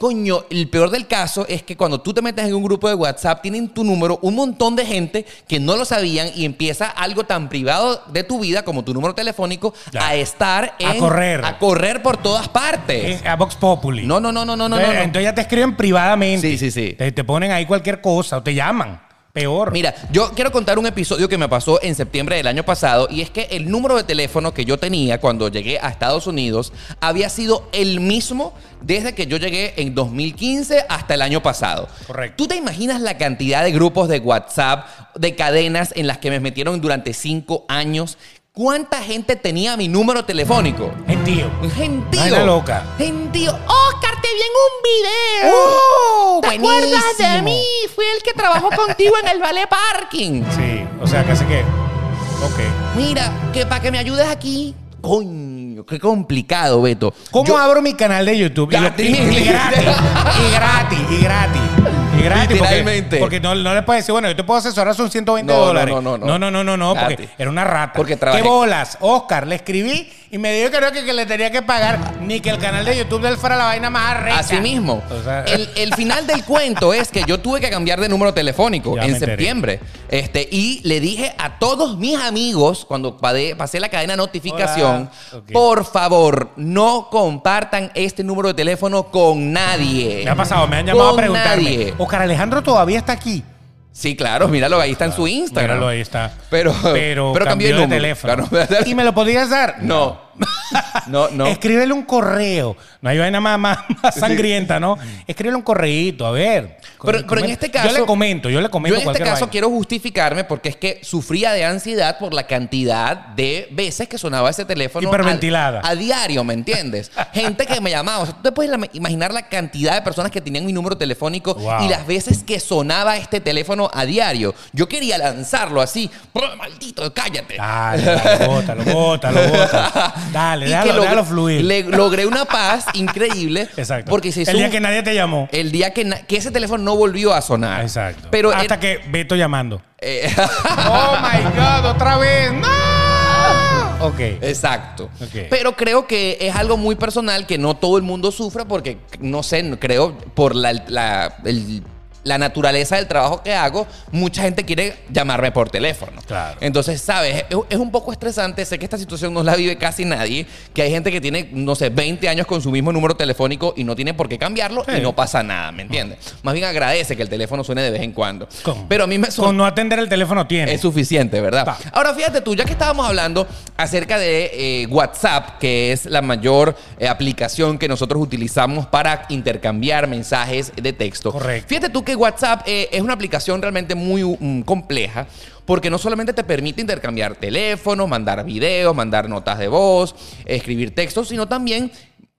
A: Coño, el peor del caso es que cuando tú te metes en un grupo de WhatsApp, tienen tu número un montón de gente que no lo sabían y empieza algo tan privado de tu vida como tu número telefónico
B: Claro.
A: a estar en.
B: A correr.
A: A correr por todas partes.
B: Eh, A Vox Populi.
A: No, no, no, no, no, no.
B: entonces,
A: no.
B: entonces ya te escriben privadamente.
A: Sí, sí, sí.
B: Te, te ponen ahí cualquier cosa o te llaman. Peor.
A: Mira, yo quiero contar un episodio que me pasó en septiembre del año pasado y es que el número de teléfono que yo tenía cuando llegué a Estados Unidos había sido el mismo desde que yo llegué en 2015 hasta el año pasado.
B: Correcto.
A: ¿Tú te imaginas la cantidad de grupos de WhatsApp, de cadenas en las que me metieron durante cinco años? ¿Cuánta gente tenía mi número telefónico?
B: Gentío.
A: Un gentío.
B: Vaina loca.
A: Gentío. Oscar, te vi en un video.
B: ¡Oh!
A: ¿Te acuerdas de mí? Fui el que trabajó contigo en el ballet parking.
B: Sí, o sea, casi que. Ok.
A: Mira, que para que me ayudes aquí. Coño, qué complicado, Beto.
B: ¿Cómo
A: Yo-
B: abro mi canal de YouTube?
A: Ya,
B: y,
A: dime.
B: y gratis. Y gratis. Y gratis. Y gratis. porque-
A: Literalmente.
B: Porque, no, no le puedes decir, bueno, yo te puedo asesorar, son 120
A: No, no,
B: dólares.
A: no, no, no.
B: no, no, no, no, no, porque
A: Gratis.
B: era una rata.
A: Porque trabajé-
B: ¿Qué bolas? Oscar, le escribí y me dijo que creo que, que le tenía que pagar ni que el canal de YouTube de él fuera la vaina más arrecha.
A: Así mismo.
B: O sea-
A: el, el final del cuento es que yo tuve que cambiar de número telefónico
B: Ya
A: en
B: me enteré.
A: septiembre. Este, y le dije a todos mis amigos, cuando padé- pasé la cadena de notificación,
B: Hola. Ok.
A: por favor, no compartan este número de teléfono con nadie.
B: Me ha pasado, me han llamado
A: Con
B: a preguntarme.
A: nadie.
B: Oscar Alejandro todavía está aquí.
A: Sí, claro, míralo, ahí está en su Instagram.
B: Míralo, ahí está.
A: Pero-
B: pero,
A: pero cambió
B: cambió,
A: el
B: de
A: número.
B: teléfono.
A: Claro.
B: ¿Y me lo podrías dar?
A: No. No, no.
B: Escríbele un correo. No hay vaina más, más, más sangrienta, ¿no? Escríbele un correíto, a ver.
A: Pero-
B: Com-
A: pero en
B: comenta.
A: este caso-
B: Yo le comento, yo le comento
A: Yo en este
B: cualquier
A: caso
B: vaina.
A: quiero justificarme porque es que sufría de ansiedad por la cantidad de veces que sonaba ese teléfono.
B: Hiperventilada.
A: A, a diario, ¿me entiendes? Gente que me llamaba. O sea, tú te puedes la- imaginar la cantidad de personas que tenían mi número telefónico
B: Wow.
A: y las veces que sonaba este teléfono a diario. Yo quería lanzarlo así. ¡Bruh, Maldito, cállate.
B: Dale, bótalo, bótalo, bótalo. Ah, Dale,
A: Y
B: déjalo,
A: que logré-
B: déjalo fluir.
A: le- logré una paz increíble.
B: Exacto.
A: Porque se hizo
B: El día
A: un-
B: que nadie te llamó.
A: el día que, na- que ese teléfono no volvió a sonar.
B: Exacto.
A: Pero
B: Hasta
A: era-
B: que Beto llamando.
A: eh,
B: ¡Oh, my God! ¡Otra vez! ¡No! Ok.
A: Exacto.
B: Ok.
A: Pero creo que es algo muy personal que no todo el mundo sufra porque, no sé, no- creo por la, la- el- la naturaleza del trabajo que hago, mucha gente quiere llamarme por teléfono.
B: Claro.
A: Entonces, sabes, es, es un poco estresante. Sé que esta situación no la vive casi nadie, que hay gente que tiene, no sé, 20 años con su mismo número telefónico y no tiene por qué cambiarlo
B: Sí.
A: y no pasa nada, ¿me entiendes? Más bien agradece que el teléfono suene de vez en cuando.
B: Con-
A: Pero a mí me suena
B: Con no atender el teléfono tiene.
A: es suficiente, ¿verdad?
B: Pa.
A: Ahora fíjate tú, ya que estábamos hablando acerca de eh, WhatsApp, que es la mayor eh, aplicación que nosotros utilizamos para intercambiar mensajes de texto.
B: Correcto.
A: Fíjate tú que WhatsApp eh, es una aplicación realmente muy mm, compleja. Porque no solamente te permite intercambiar teléfonos, mandar videos, mandar notas de voz, escribir textos, sino también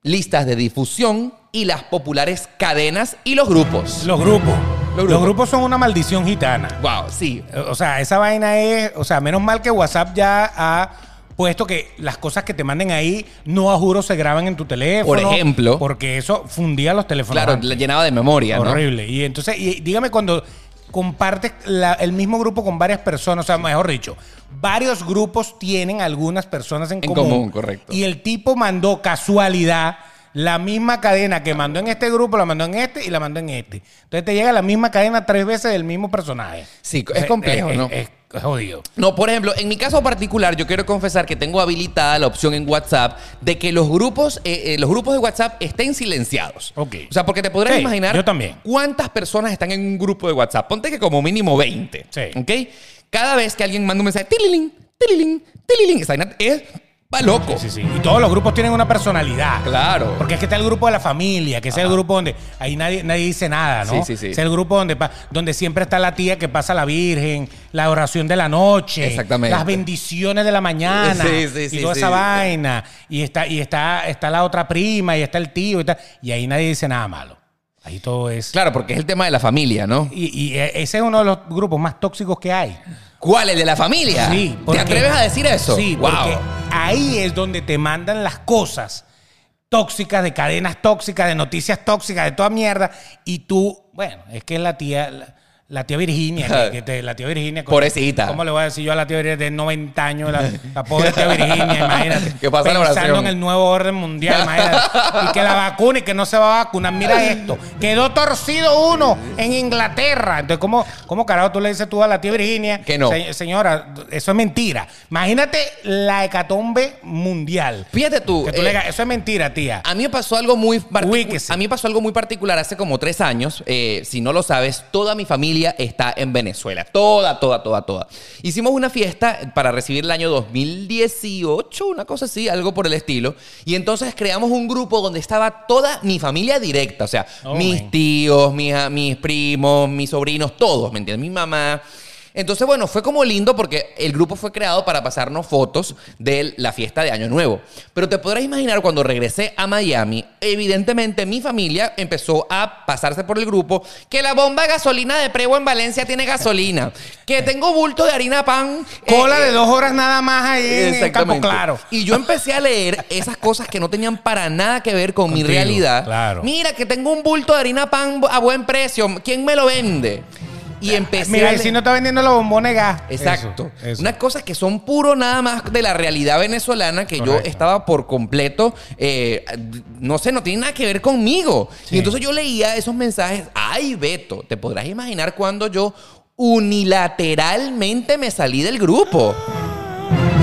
A: listas de difusión y las populares cadenas y los grupos.
B: Los grupos.
A: Los
B: Los
A: grupos.
B: grupos. son una maldición gitana.
A: Wow, sí.
B: O sea, esa vaina es. O sea, menos mal que WhatsApp ya ha puesto que las cosas que te manden ahí, no a juro, se graban en tu teléfono.
A: Por ejemplo.
B: Porque eso fundía los teléfonos.
A: Claro,
B: antes.
A: la llenaba de memoria, ¿no?
B: Horrible. Y entonces, y dígame cuando compartes la- el mismo grupo con varias personas, o sea, mejor dicho, varios grupos tienen algunas personas en,
A: En
B: común.
A: común, correcto.
B: Y el tipo mandó casualidad la misma cadena que mandó en este grupo, la mandó en este y la mandó en este. Entonces te llega la misma cadena tres veces del mismo personaje.
A: Sí,
B: O
A: es
B: sea,
A: complejo,
B: es-
A: ¿no?
B: Es, es jodido.
A: No, por ejemplo, en mi caso particular, yo quiero confesar que tengo habilitada la opción en WhatsApp de que los grupos, eh, eh, los grupos de WhatsApp estén silenciados.
B: Ok.
A: O sea, porque te podrás
B: Sí,
A: imaginar
B: yo también.
A: cuántas personas están en un grupo de WhatsApp. Ponte que como mínimo 20.
B: Sí.
A: ¿Ok? Cada vez que alguien manda un mensaje, tililín, tililín, tililín, esa vaina es pa' loco.
B: Sí, sí. Y todos los grupos tienen una personalidad.
A: Claro.
B: Porque es que está el grupo de la familia, que es el grupo donde ahí nadie, nadie dice nada, ¿no?
A: Sí, sí, sí.
B: Es el grupo donde, pa- donde siempre está la tía que pasa la Virgen, la oración de la noche,
A: Exactamente.
B: las bendiciones de la mañana
A: Sí, sí, sí,
B: y toda
A: sí.
B: esa vaina. Y está, y está, está la otra prima, y está el tío, y, tal. y ahí nadie dice nada malo. Ahí todo es.
A: Claro, porque es el tema de la familia, ¿no?
B: Y, y ese es uno de los grupos más tóxicos que hay.
A: ¿Cuál? ¿El de la familia?
B: Sí,
A: ¿Te
B: porque-
A: atreves a decir eso?
B: Sí,
A: wow.
B: porque ahí es donde te mandan las cosas tóxicas, de cadenas tóxicas, de noticias tóxicas, de toda mierda. Y tú, bueno, es que es la tía, la, la tía Virginia, que- que te- la tía Virginia. ¿cómo-
A: Pobrecita.
B: ¿Cómo le voy a decir yo a la tía Virginia de 90 años? La, la pobre tía Virginia, imagínate.
A: Que pasa la
B: pensando
A: oración.
B: en el nuevo orden mundial, imagínate. Y que la vacuna y que no se va a vacunar. Mira esto. Quedó torcido uno en Inglaterra. Entonces, ¿cómo, cómo carajo tú le dices tú a la tía Virginia?
A: Que no.
B: "Se- Eh, señora, eso es mentira. Imagínate la hecatombe mundial.
A: Fíjate tú.
B: Que tú
A: eh, ah,
B: le digas, eso es mentira, tía.
A: A mí me pasó algo muy particu-
B: Ubíquese.
A: a mí me pasó algo muy particular hace como tres años. Eh, si no lo sabes, toda mi familia está en Venezuela. Toda, toda, toda, toda. Hicimos una fiesta para recibir el año 2018, una cosa así, algo por el estilo. Y entonces creamos un grupo donde estaba toda mi familia directa. O sea,
B: Oh,
A: mis
B: man.
A: tíos, mis, a- mis primos, mis sobrinos, todos, ¿me entiendes? Mi mamá. Entonces, bueno, fue como lindo porque el grupo fue creado para pasarnos fotos de la fiesta de Año Nuevo. Pero te podrás imaginar cuando regresé a Miami, evidentemente mi familia empezó a pasarse por el grupo que la bomba de gasolina de Prevo en Valencia tiene gasolina, que tengo bulto de harina pan. eh,
B: Cola
A: eh,
B: de dos horas nada más ahí en- en,
A: Exactamente.
B: Campo Claro.
A: Y yo empecé a leer esas cosas que no tenían para nada que ver con mi
B: Contigo,
A: realidad.
B: claro.
A: Mira, que tengo un bulto de harina pan a buen precio. ¿Quién me lo vende? Y empecé a
B: Ah, Mira, y
A: leer-
B: si no está vendiendo los bombones gas.
A: Exacto.
B: Eso, eso.
A: Unas cosas que son puro nada más de la realidad venezolana que yo
B: Correcto.
A: estaba por completo, eh, no sé, no tiene nada que ver conmigo. Y
B: Sí.
A: entonces yo leía esos mensajes, ay Beto, te podrás imaginar cuando yo unilateralmente me salí del grupo.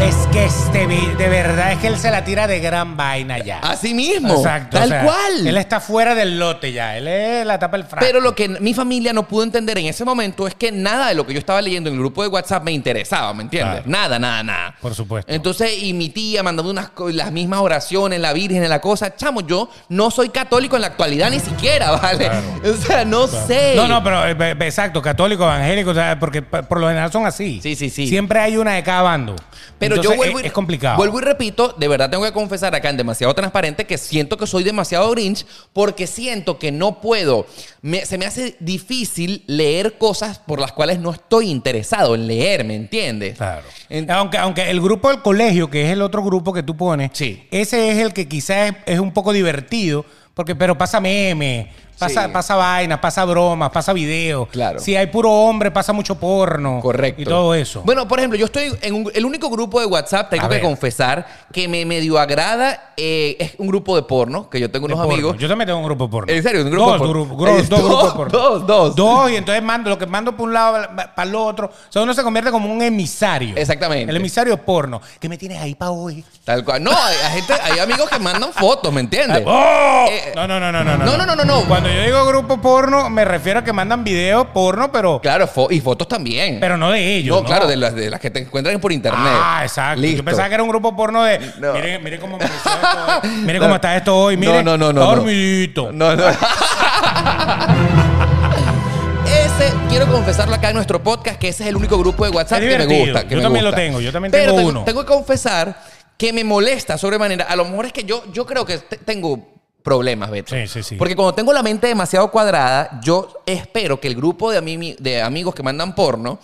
B: Es que este vi- de verdad es que él se la tira de gran vaina ya.
A: Así mismo.
B: o
A: Ah, Tal
B: sea,
A: cual.
B: Él está fuera del lote ya. Él es la tapa del frasco.
A: Pero lo que mi familia no pudo entender en ese momento es que nada de lo que yo estaba leyendo en el grupo de WhatsApp me interesaba, ¿me entiendes?
B: Claro.
A: Nada, nada, nada.
B: Por supuesto.
A: Entonces, y mi tía mandando unas, co- las mismas oraciones, la Virgen, la cosa. Chamo, yo no soy católico en la actualidad ni siquiera, ¿vale?
B: Claro.
A: O sea, no sé.
B: No, no, pero eh, be- be- exacto, católico, evangélico, o sea, porque pa- por lo general son así.
A: Sí, sí, sí.
B: Siempre hay una de cada bando.
A: Pero
B: Entonces, eh,
A: yo vuelvo
B: es,
A: y,
B: es complicado.
A: Vuelvo y repito, de verdad tengo que confesar acá en demasiado transparente que siento que soy demasiado grinch porque siento que no puedo. Me- se me hace difícil leer cosas por las cuales no estoy interesado en leer, ¿me entiendes?
B: Claro.
A: En-
B: aunque, aunque el grupo del colegio, que es el otro grupo que tú pones,
A: Sí.
B: ese es el que quizás es, es un poco divertido, porque pero pasa meme, pasa,
A: Sí.
B: pasa vainas, pasa bromas, pasa videos.
A: Claro.
B: Si hay puro hombre, pasa mucho porno.
A: Correcto.
B: Y todo eso.
A: Bueno, por ejemplo, yo estoy en un- el único grupo de WhatsApp, tengo
B: A
A: que
B: ver.
A: confesar, que me medio agrada, eh, es un grupo de porno, que yo tengo
B: De
A: unos
B: porno.
A: amigos.
B: Yo también tengo un grupo de porno.
A: ¿En serio? ¿Un grupo
B: dos,
A: de porno?
B: gru- gru-
A: Es
B: dos
A: dos,
B: grupos de porno.
A: dos, dos.
B: Dos, y entonces mando, lo que mando por un lado para el otro. O sea, uno se convierte como un emisario.
A: Exactamente.
B: El emisario porno. ¿Qué me tienes ahí para hoy?
A: Tal cual. No, hay, hay gente, hay amigos que mandan fotos, ¿me entiendes?
B: ¡Oh!
A: Eh,
B: no, no, no, no, no,
A: no, no, no, no, no.
B: Cuando yo digo grupo porno, me refiero a que mandan videos porno, pero,
A: Claro, fo- y fotos también.
B: pero no de ellos.
A: no, claro, de las, de las que te encuentran por internet.
B: Ah, exacto.
A: Listo.
B: Yo pensaba que era un grupo porno de.
A: No.
B: Miren, miren cómo me hizo esto hoy. Miren cómo está esto hoy. Miren,
A: no, no, no,
B: está
A: no.
B: dormidito.
A: No, no. Ese, quiero confesarlo acá en nuestro podcast, que ese es el único grupo de WhatsApp
B: Es
A: que me
B: divertido.
A: gusta. que
B: Yo
A: me
B: también lo
A: gusta.
B: tengo, yo también
A: Pero
B: tengo uno.
A: Tengo que confesar que me molesta sobremanera. A lo mejor es que yo, yo creo que te- tengo problemas, Beto.
B: Sí, sí, sí.
A: Porque cuando tengo la mente demasiado cuadrada, yo espero que el grupo de, ami- de amigos que mandan porno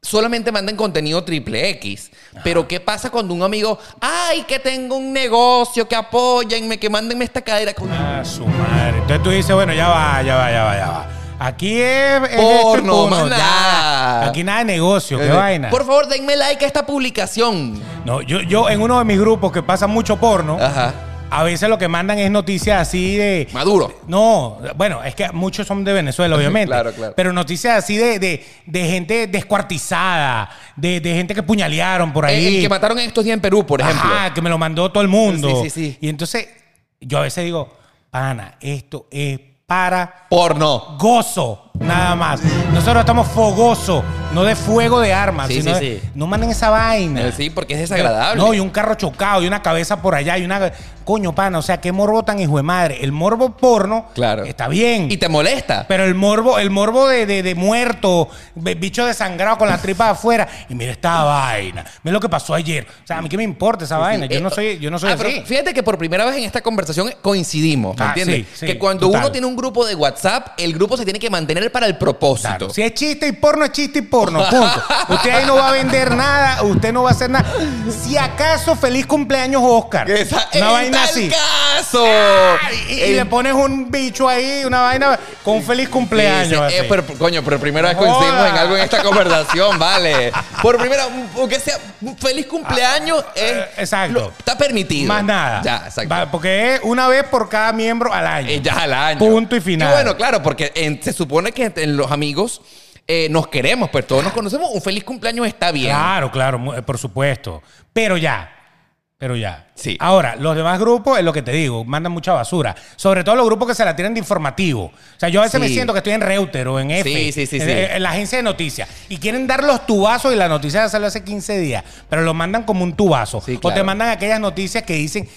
A: solamente mandan contenido triple X. Pero ¿qué pasa cuando un amigo, ay, que tengo un negocio, que apóyenme, que mándenme esta cadera con...
B: Ah, su madre. Entonces tú dices, bueno, ya va, ya va, ya va, ya va. Aquí es. es
A: Porno,
B: punto,
A: más
B: ya.
A: nada.
B: Aquí nada de negocio, qué vaina.
A: Eh, Por favor, denme like a esta publicación.
B: No, yo, yo en uno de mis grupos que pasa mucho porno,
A: Ajá.
B: a veces lo que mandan es noticias así de.
A: Maduro.
B: No, bueno, es que muchos son de Venezuela, obviamente.
A: Claro, claro.
B: Pero noticias así de, de, de gente descuartizada, de, de gente que puñalearon por ahí.
A: El, el que mataron en estos días en Perú, por ejemplo.
B: Ajá, que me lo mandó todo el mundo.
A: Sí, sí, sí.
B: Y entonces, yo a veces digo, pana, esto es para
A: Porno.
B: gozo, nada más. Nosotros estamos fogoso, no de fuego de armas,
A: Sí,
B: sino
A: sí,
B: de-
A: sí.
B: no manden esa vaina.
A: Eh, Sí, porque es desagradable.
B: No, y un carro chocado, y una cabeza por allá, y una. Coño, pana, o sea, qué morbo tan hijo de madre. El morbo porno
A: Claro.
B: está bien.
A: Y te molesta.
B: Pero el morbo, el morbo de, de, de muerto, de bicho desangrado con la tripa afuera. Y mira esta vaina. Mira lo que pasó ayer. O sea, a mí qué me importa esa vaina. Yo
A: Eh,
B: no soy, yo no soy
A: ah, pero
B: así.
A: fíjate que por primera vez en esta conversación coincidimos, ¿me
B: Ah,
A: entiendes?
B: sí, sí,
A: que cuando
B: total.
A: uno tiene un grupo de WhatsApp, el grupo se tiene que mantener para el propósito.
B: Claro. Si es chiste y porno, es chiste y porno. Punto. Usted ahí no va a vender nada, usted no va a hacer nada. Si acaso, feliz cumpleaños, Oscar.
A: Esa-
B: Una
A: en
B: vaina
A: tal
B: así.
A: caso.
B: Y, y
A: El-
B: le pones un bicho ahí, una vaina con feliz cumpleaños.
A: Dice, eh,
B: así.
A: pero, coño, por primera vez coincidimos
B: Joda.
A: en algo en esta conversación, vale. Por primera, aunque sea un feliz cumpleaños, es-
B: eh, exacto.
A: lo- está permitido.
B: Más nada.
A: Ya, exacto.
B: Va- Porque es una vez por cada miembro al año.
A: Eh, ya al año.
B: Punto y final.
A: bueno, claro, porque en- se supone que en los amigos eh, nos queremos, pero todos nos conocemos. Un feliz cumpleaños está bien.
B: Claro, claro, mu- eh, por supuesto. Pero ya. Pero ya.
A: Sí.
B: Ahora, los demás grupos, es lo que te digo, mandan mucha basura. Sobre todo los grupos que se la tiran de informativo. O sea, yo a veces
A: Sí.
B: me siento que estoy en Reuter o en F.
A: Sí, sí, sí,
B: en,
A: sí.
B: en- en la agencia de noticias. Y quieren dar los tubazos y la noticia ya salió hace 15 días. Pero lo mandan como un tubazo.
A: Sí,
B: O te
A: claro.
B: mandan aquellas noticias que dicen.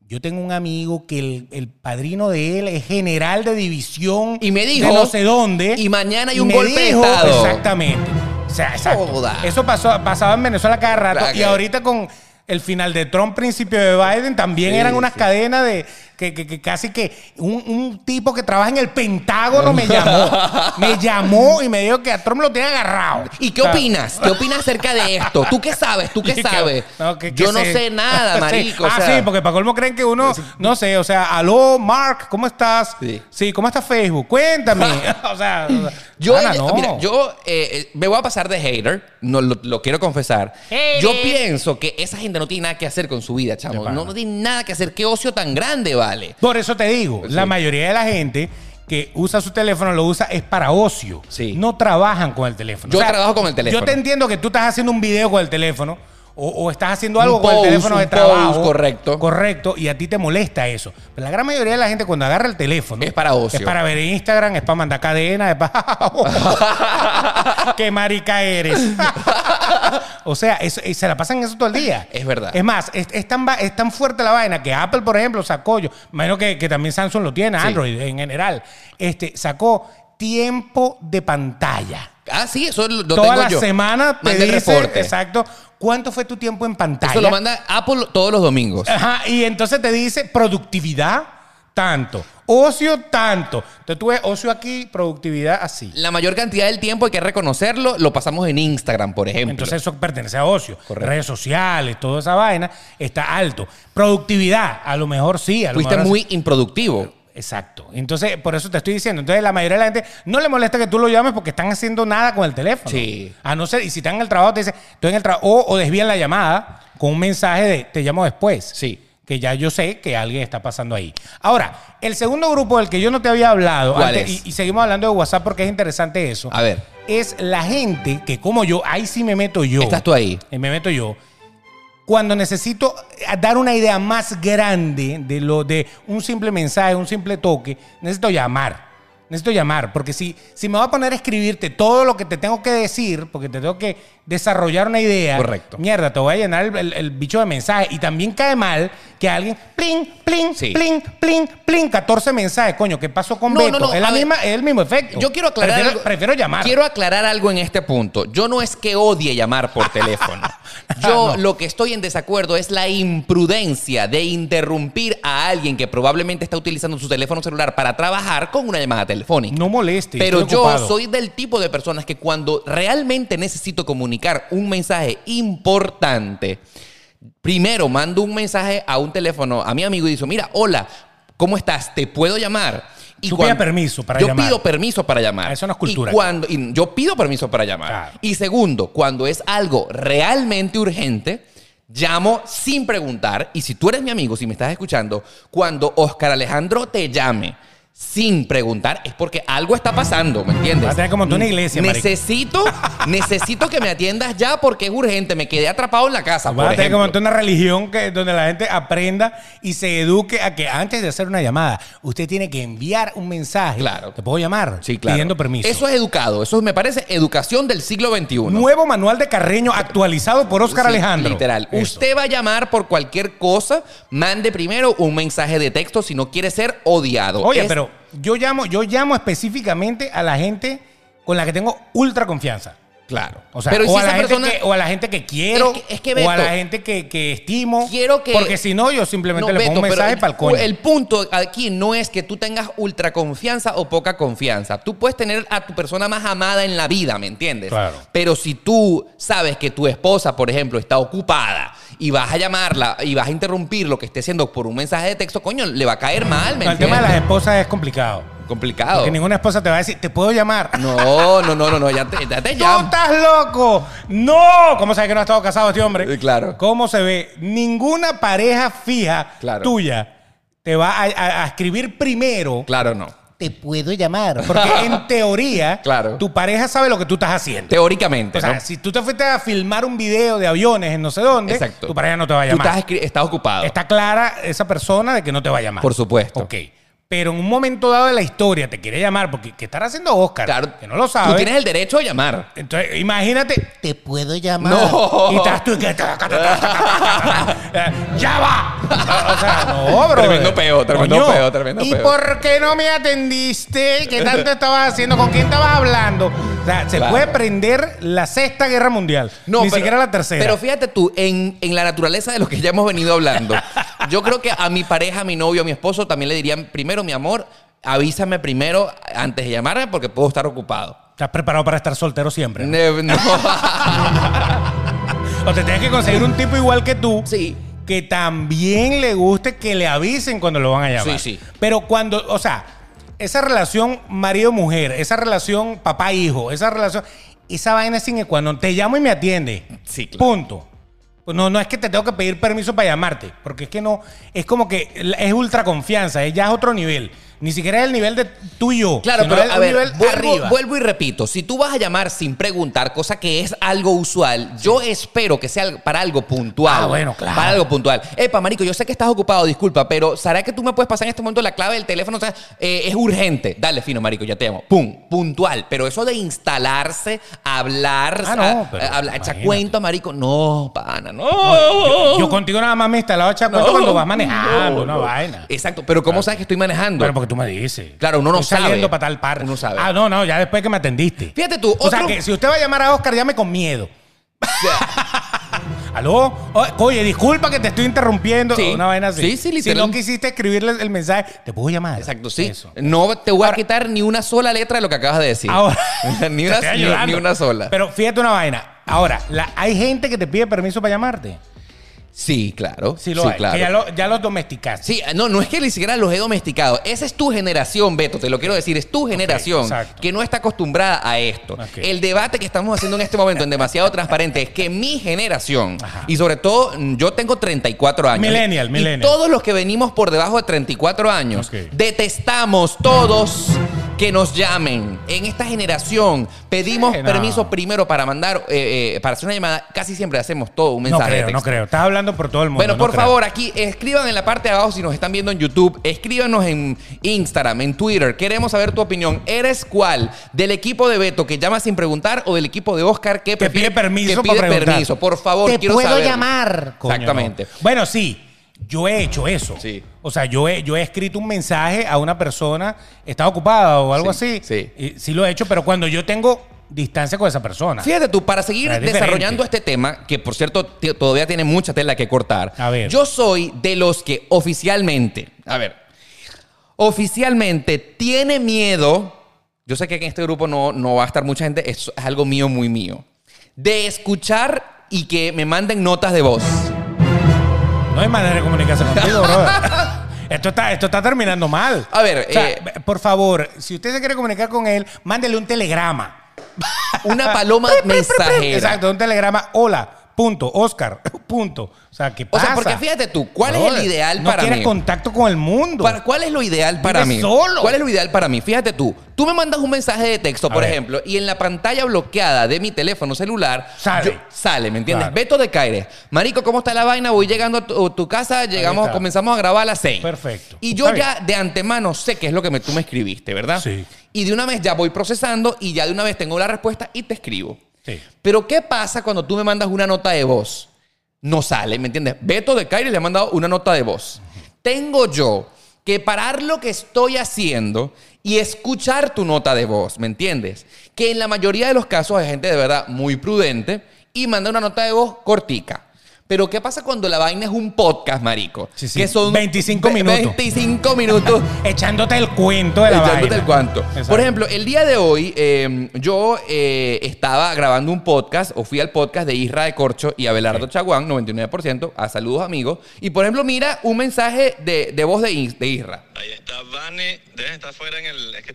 B: Yo tengo un amigo que el, el padrino de él es general de división.
A: Y me
B: de
A: dijo-
B: no sé dónde.
A: y mañana hay
B: Y
A: un
B: me
A: golpe de
B: dijo-
A: estado.
B: Exactamente. O sea, exacto.
A: Joda.
B: Eso pasó, pasaba en Venezuela cada rato.
A: Claro
B: y
A: que-
B: ahorita con el final de Trump, principio de Biden, también
A: Sí,
B: eran unas
A: sí.
B: cadenas de que, que- que casi que un, un tipo que trabaja en el Pentágono me llamó. me llamó y me dijo que a Trump lo tiene agarrado.
A: ¿Y qué
B: O sea,
A: opinas? ¿Qué opinas acerca de esto? ¿Tú qué sabes? ¿Tú
B: y
A: qué
B: que-
A: sabes?
B: no, que- que
A: Yo no
B: se-
A: sé nada,
B: Sí.
A: marico. o
B: Ah,
A: sea,
B: sí, porque para colmo creen que uno, no sé, o sea, aló, Mark, ¿cómo estás?
A: Sí.
B: Sí, ¿cómo está Facebook? Cuéntame. o sea, o sea,
A: Yo,
B: pana,
A: yo-
B: no.
A: mira, yo eh, eh, me voy a pasar de hater, no, lo, lo quiero confesar.
B: Hater.
A: Yo pienso que esa gente no tiene nada que hacer con su vida, chamo.
B: De pana.
A: No, no tiene nada que hacer. ¿Qué ocio tan grande, vale?
B: Por eso te digo,
A: Pues Sí.
B: la mayoría de la gente que usa su teléfono lo usa es para ocio.
A: Sí.
B: No trabajan con el teléfono.
A: Yo trabajo con el teléfono.
B: Yo te entiendo que tú estás haciendo un video con el teléfono o, o estás haciendo algo
A: Un
B: con
A: post,
B: el teléfono de
A: un
B: trabajo.
A: post, correcto.
B: Correcto, y a ti te molesta eso. Pero la gran mayoría de la gente cuando agarra el teléfono
A: Es para ocio.
B: Es para ver Instagram, es para mandar cadena, es para. ¡Qué marica eres! o sea, eso- y se la pasan eso todo el día.
A: Es verdad.
B: Es más, es, es tan, va- es tan fuerte la vaina que Apple, por ejemplo, sacó, yo imagino que, que también Samsung lo tiene,
A: Sí.
B: Android en general, este, sacó tiempo de pantalla.
A: Ah, sí, eso lo, lo
B: Toda
A: tengo
B: la
A: yo.
B: semana te
A: Manda el
B: dice,
A: reporte.
B: exacto, cuánto fue tu tiempo en pantalla.
A: Eso lo manda Apple todos los domingos.
B: Ajá, y entonces te dice productividad, tanto. Ocio, tanto. Entonces tú ves ocio aquí, productividad así.
A: La mayor cantidad del tiempo, hay que reconocerlo, lo pasamos en Instagram, por ejemplo.
B: Entonces eso pertenece a ocio.
A: Correcto.
B: Redes sociales, toda esa vaina, está alto. Productividad, a lo mejor sí. A lo
A: Fuiste
B: mejor
A: muy improductivo.
B: Exacto. Entonces, por eso te estoy diciendo. Entonces, la mayoría de la gente no le molesta que tú lo llames porque están haciendo nada con el teléfono.
A: Sí.
B: A no ser, y si están en el trabajo, te dicen, estoy en el trabajo, o, o desvían la llamada con un mensaje de te llamo después.
A: Sí.
B: Que ya yo sé que alguien está pasando ahí. Ahora, el segundo grupo del que yo no te había hablado,
A: ¿Cuál es?
B: y, y seguimos hablando de WhatsApp porque es interesante eso,
A: A ver.
B: es la gente que, como yo, ahí sí me meto yo.
A: Estás tú ahí.
B: Eh, me meto yo. Cuando necesito eh, dar una idea más grande de lo de un simple mensaje, un simple toque, necesito llamar. Necesito llamar, porque si, si me voy a poner a escribirte todo lo que te tengo que decir, porque te tengo que desarrollar una idea.
A: Correcto.
B: Mierda, te voy a llenar el, el- el bicho de mensaje. Y también cae mal que alguien, plin, plin,
A: Sí.
B: plin, plin, plin, 14 mensajes. Coño, ¿qué pasó con
A: No, no,
B: Beto?
A: no,
B: es, la
A: a ver,
B: misma, es el mismo efecto.
A: Yo quiero aclarar
B: Prefiero,
A: algo.
B: prefiero llamar.
A: Quiero aclarar algo en este punto. Yo no es que odie llamar por teléfono. Yo
B: Ah, No.
A: lo que estoy en desacuerdo es la imprudencia de interrumpir a alguien que probablemente está utilizando su teléfono celular para trabajar con una llamada telefónica.
B: No moleste.
A: Pero
B: estoy
A: yo
B: ocupado.
A: soy del tipo de personas que cuando realmente necesito comunicar un mensaje importante, primero mando un mensaje a un teléfono a mi amigo y digo, mira, hola, ¿cómo estás? ¿Te puedo llamar? Y
B: Tú
A: cuan-
B: pida permiso para
A: yo
B: llamar.
A: pido permiso para llamar.
B: Ah, eso no es cultura.
A: Y cuando, y yo pido permiso para llamar.
B: Claro.
A: Y segundo, cuando es algo realmente urgente, llamo sin preguntar. Y si tú eres mi amigo, si me estás escuchando, cuando Oscar Alejandro te llame sin preguntar, es porque algo está pasando, ¿me entiendes?
B: Vas a tener que montar una iglesia, marico.
A: Necesito, necesito que me atiendas ya porque es urgente. Me quedé atrapado en la casa,
B: Vas
A: Ah,
B: a
A: por
B: tener que
A: ejemplo.
B: montar una religión que, donde la gente aprenda y se eduque a que antes de hacer una llamada, usted tiene que enviar un mensaje.
A: Claro.
B: Te puedo llamar
A: Sí, claro.
B: pidiendo permiso.
A: Eso es educado. Eso me parece educación del siglo XXI.
B: Nuevo manual de Carreño actualizado por Oscar
A: Sí,
B: Alejandro.
A: Literal.
B: Eso.
A: Usted va a llamar por cualquier cosa, mande primero un mensaje de texto si no quiere ser odiado.
B: Oye,
A: Es-
B: pero yo llamo, yo llamo específicamente a la gente con la que tengo ultra confianza.
A: Claro.
B: O sea,
A: pero ¿y
B: o,
A: si
B: a la
A: esa
B: gente
A: persona.
B: que, o a la gente que quiero,
A: Es que- es que,
B: o a la
A: Beto,
B: gente que, que estimo.
A: quiero que-
B: Porque si no, yo simplemente
A: No,
B: le
A: Beto,
B: pongo un
A: pero
B: mensaje
A: el-
B: para el coño.
A: El punto aquí no es que tú tengas ultra confianza o poca confianza. Tú puedes tener a tu persona más amada en la vida, ¿me entiendes?
B: Claro.
A: Pero si tú sabes que tu esposa, por ejemplo, está ocupada y vas a llamarla y vas a interrumpir lo que esté haciendo por un mensaje de texto, coño, le va a caer mal, ¿me
B: No, el tema de las
A: entiendes?
B: esposas es complicado.
A: Complicado.
B: Porque ninguna esposa te va a decir, te puedo llamar.
A: No, no, no, no, no, ya te, ya te
B: ¡Tú
A: llamo.
B: estás loco! ¡No! ¿Cómo sabes que no ha estado casado este hombre?
A: Eh, claro.
B: ¿Cómo se ve? Ninguna pareja fija
A: Claro.
B: tuya te va a, a- a escribir primero.
A: Claro, no.
B: Te puedo llamar. Porque en teoría,
A: Claro.
B: tu pareja sabe lo que tú estás haciendo.
A: Teóricamente,
B: O sea,
A: ¿no?
B: si tú te fuiste a filmar un video de aviones en no sé dónde,
A: Exacto.
B: tu pareja no te va a
A: Tú
B: llamar.
A: estás, escri- estás ocupado.
B: Está clara esa persona de que no te va a llamar.
A: Por supuesto.
B: Ok. Pero en un momento dado de la historia te quiere llamar porque ¿qué estará haciendo Oscar?
A: Claro.
B: Que no lo
A: Tú
B: sabe.
A: tienes el derecho a llamar.
B: Entonces, imagínate. Te puedo llamar.
A: No.
B: Y estás tú. que- Eh, ¡Ya va! O sea, no, bro.
A: Tremendo peo, tremendo peo, tremendo
B: ¿Y
A: peo.
B: por qué no me atendiste? ¿Qué tanto estabas haciendo? ¿Con quién estabas hablando? O sea, se
A: Claro.
B: puede prender la sexta guerra mundial.
A: No,
B: Ni
A: pero-
B: siquiera la tercera.
A: Pero fíjate tú, en, en la naturaleza de lo que ya hemos venido hablando, yo creo que a mi pareja, a mi novio, a mi esposo también le dirían, primero, mi amor, avísame primero antes de llamarme porque puedo estar ocupado.
B: ¿Estás preparado para estar soltero siempre? ¿no?
A: Ne- No.
B: O te tienes que conseguir un tipo igual que tú.
A: Sí.
B: Que también le guste que le avisen cuando lo van a llamar.
A: Sí, sí.
B: Pero cuando, o sea, esa relación marido-mujer, esa relación papá-hijo, esa relación, esa vaina es sin ecuador. Te llamo y me atiende.
A: Sí, claro.
B: Punto. Pues No, no es que te tengo que pedir permiso para llamarte, porque es que no, es como que es ultra confianza, es- ya es otro nivel. Ni siquiera es el nivel de tú y yo.
A: Claro,
B: sino
A: pero
B: es
A: a
B: un
A: ver,
B: nivel
A: vuelvo,
B: arriba.
A: vuelvo y repito, si tú vas a llamar sin preguntar, cosa que es algo usual, yo espero que sea al- para algo puntual.
B: Ah, bueno, claro.
A: Para algo puntual. Epa, marico, yo sé que estás ocupado, disculpa, pero ¿será que tú me puedes pasar en este momento la clave del teléfono? O sea, eh, es urgente. Dale, fino, marico, ya te llamo. Pum, puntual. Pero eso de instalarse, hablar,
B: Ah, no,
A: a-
B: pero
A: a- hablar, echar
B: imagínate.
A: cuento, marico, no, pana, no.
B: Yo contigo nada más me instalaba chacueto
A: No,
B: cuando vas manejando,
A: no,
B: una
A: no.
B: vaina.
A: Exacto, pero ¿cómo sabes que estoy manejando?
B: Pero porque tú me dices.
A: Claro, uno no
B: Estoy saliendo
A: sabe.
B: para tal parte.
A: Uno sabe.
B: Ah, no, no, ya después que me atendiste.
A: Fíjate tú,
B: O sea,
A: otro-
B: que si usted va a llamar a Oscar, llame con miedo. ¿Aló? O- Oye, disculpa que te estoy interrumpiendo.
A: Sí.
B: Una vaina así.
A: Sí, sí,
B: Si
A: literal.
B: no quisiste escribirle el mensaje, te puedo llamar.
A: Exacto, sí.
B: Eso.
A: No te voy a quitar ni una sola letra de lo que acabas de decir.
B: Ahora.
A: ni,
B: Te
A: una,
B: estoy
A: ni-
B: ayudando.
A: ni una sola.
B: Pero fíjate una vaina. Ahora, la- hay gente que te pide permiso para llamarte.
A: sí, claro.
B: Sí, lo hay.
A: claro.
B: Que ya lo, ya los domesticaste.
A: Sí, no, no es que ni siquiera los he domesticado. Esa es tu generación, Beto, te lo quiero decir. Es tu generación
B: exacto.
A: que no está acostumbrada a esto.
B: Ok.
A: El debate que estamos haciendo en este momento en Demasiado Transparente es que mi generación,
B: Ajá.
A: y sobre todo mm, yo tengo 34 años.
B: Millennial,
A: y
B: millennial.
A: todos los que venimos por debajo de 34 años,
B: Ok.
A: detestamos todos que nos llamen. En esta generación pedimos
B: Sí, no.
A: permiso primero para mandar, eh, eh, para hacer una llamada. Casi siempre hacemos todo un
B: No
A: mensaje de
B: creo, no
A: texto.
B: creo. Estás hablando por todo el mundo.
A: Bueno,
B: no
A: por
B: creo.
A: favor, aquí escriban en la parte de abajo si nos están viendo en YouTube, escríbanos en Instagram, en Twitter. Queremos saber tu opinión. ¿Eres cuál? ¿Del equipo de Beto que llama sin preguntar o del equipo de Oscar que,
B: Que
A: prefiere-
B: pide permiso
A: que
B: para
A: pide
B: preguntar.
A: permiso? Por favor, quiero saber.
B: Coño,
A: Exactamente.
B: no. Bueno, sí, yo he hecho eso.
A: Sí.
B: O sea, yo he, yo he escrito un mensaje a una persona, está ocupada o algo
A: Sí,
B: así.
A: sí.
B: Y sí lo he hecho, pero cuando yo tengo distancia con esa persona.
A: Fíjate tú, para seguir
B: Ah. Es diferente.
A: desarrollando este tema, que por cierto t- todavía tiene mucha tela que cortar,
B: A ver.
A: yo soy de los que oficialmente, a ver, oficialmente tiene miedo, yo sé que en este grupo no, no va a estar mucha gente, es, es algo mío, muy mío, de escuchar y que me manden notas de voz.
B: No hay manera de comunicarse contigo, bro. Esto está, esto está terminando mal.
A: A ver,
B: O sea,
A: eh,
B: por favor, si usted se quiere comunicar con él, mándele un telegrama.
A: una paloma mensajera.
B: Exacto, un telegrama. Hola, punto, Oscar, punto. O sea, ¿qué
A: O
B: pasa?
A: sea, porque fíjate tú, ¿cuál es
B: Brother,
A: el ideal
B: no
A: para
B: quieres
A: mí?
B: contacto con el mundo.
A: Para- ¿Cuál es lo ideal para
B: Vive
A: mí?
B: solo.
A: ¿Cuál es lo ideal para mí? Fíjate tú, tú me mandas un mensaje de texto,
B: A
A: por
B: ver.
A: ejemplo, y en la pantalla bloqueada de mi teléfono celular
B: Sale.
A: sale, ¿me entiendes?
B: Claro.
A: Beto de Caires, marico, ¿cómo está la vaina? Voy llegando a tu, tu casa, llegamos,
B: está.
A: comenzamos a grabar a las seis.
B: Perfecto.
A: Y yo
B: Está
A: ya de antemano sé qué es lo que me- tú me escribiste, ¿verdad?
B: Sí.
A: Y de una vez ya voy procesando y ya de una vez tengo la respuesta y te escribo.
B: Sí.
A: Pero ¿qué pasa cuando tú me mandas una nota de voz? No sale, ¿me entiendes? Beto de Caire le ha mandado una nota de voz. Tengo yo que parar lo que estoy haciendo y escuchar tu nota de voz, ¿me entiendes? Que en la mayoría de los casos hay gente de verdad muy prudente y manda una nota de voz cortica. Pero ¿qué pasa cuando la vaina es un podcast, marico?
B: Sí, sí. 25
A: ve-
B: minutos.
A: 25 minutos
B: Echándote el cuento de la
A: Echándote
B: vaina.
A: el cuanto.
B: Exacto.
A: Por ejemplo, el día de hoy eh, yo eh, estaba grabando un podcast o fui al podcast de Isra de Corcho y Abelardo Chaguán, 99%, a saludos amigos. Y por ejemplo, mira un mensaje de, de voz de, Is- de Isra.
C: Ahí está Vane, deben estar afuera en el. Es que,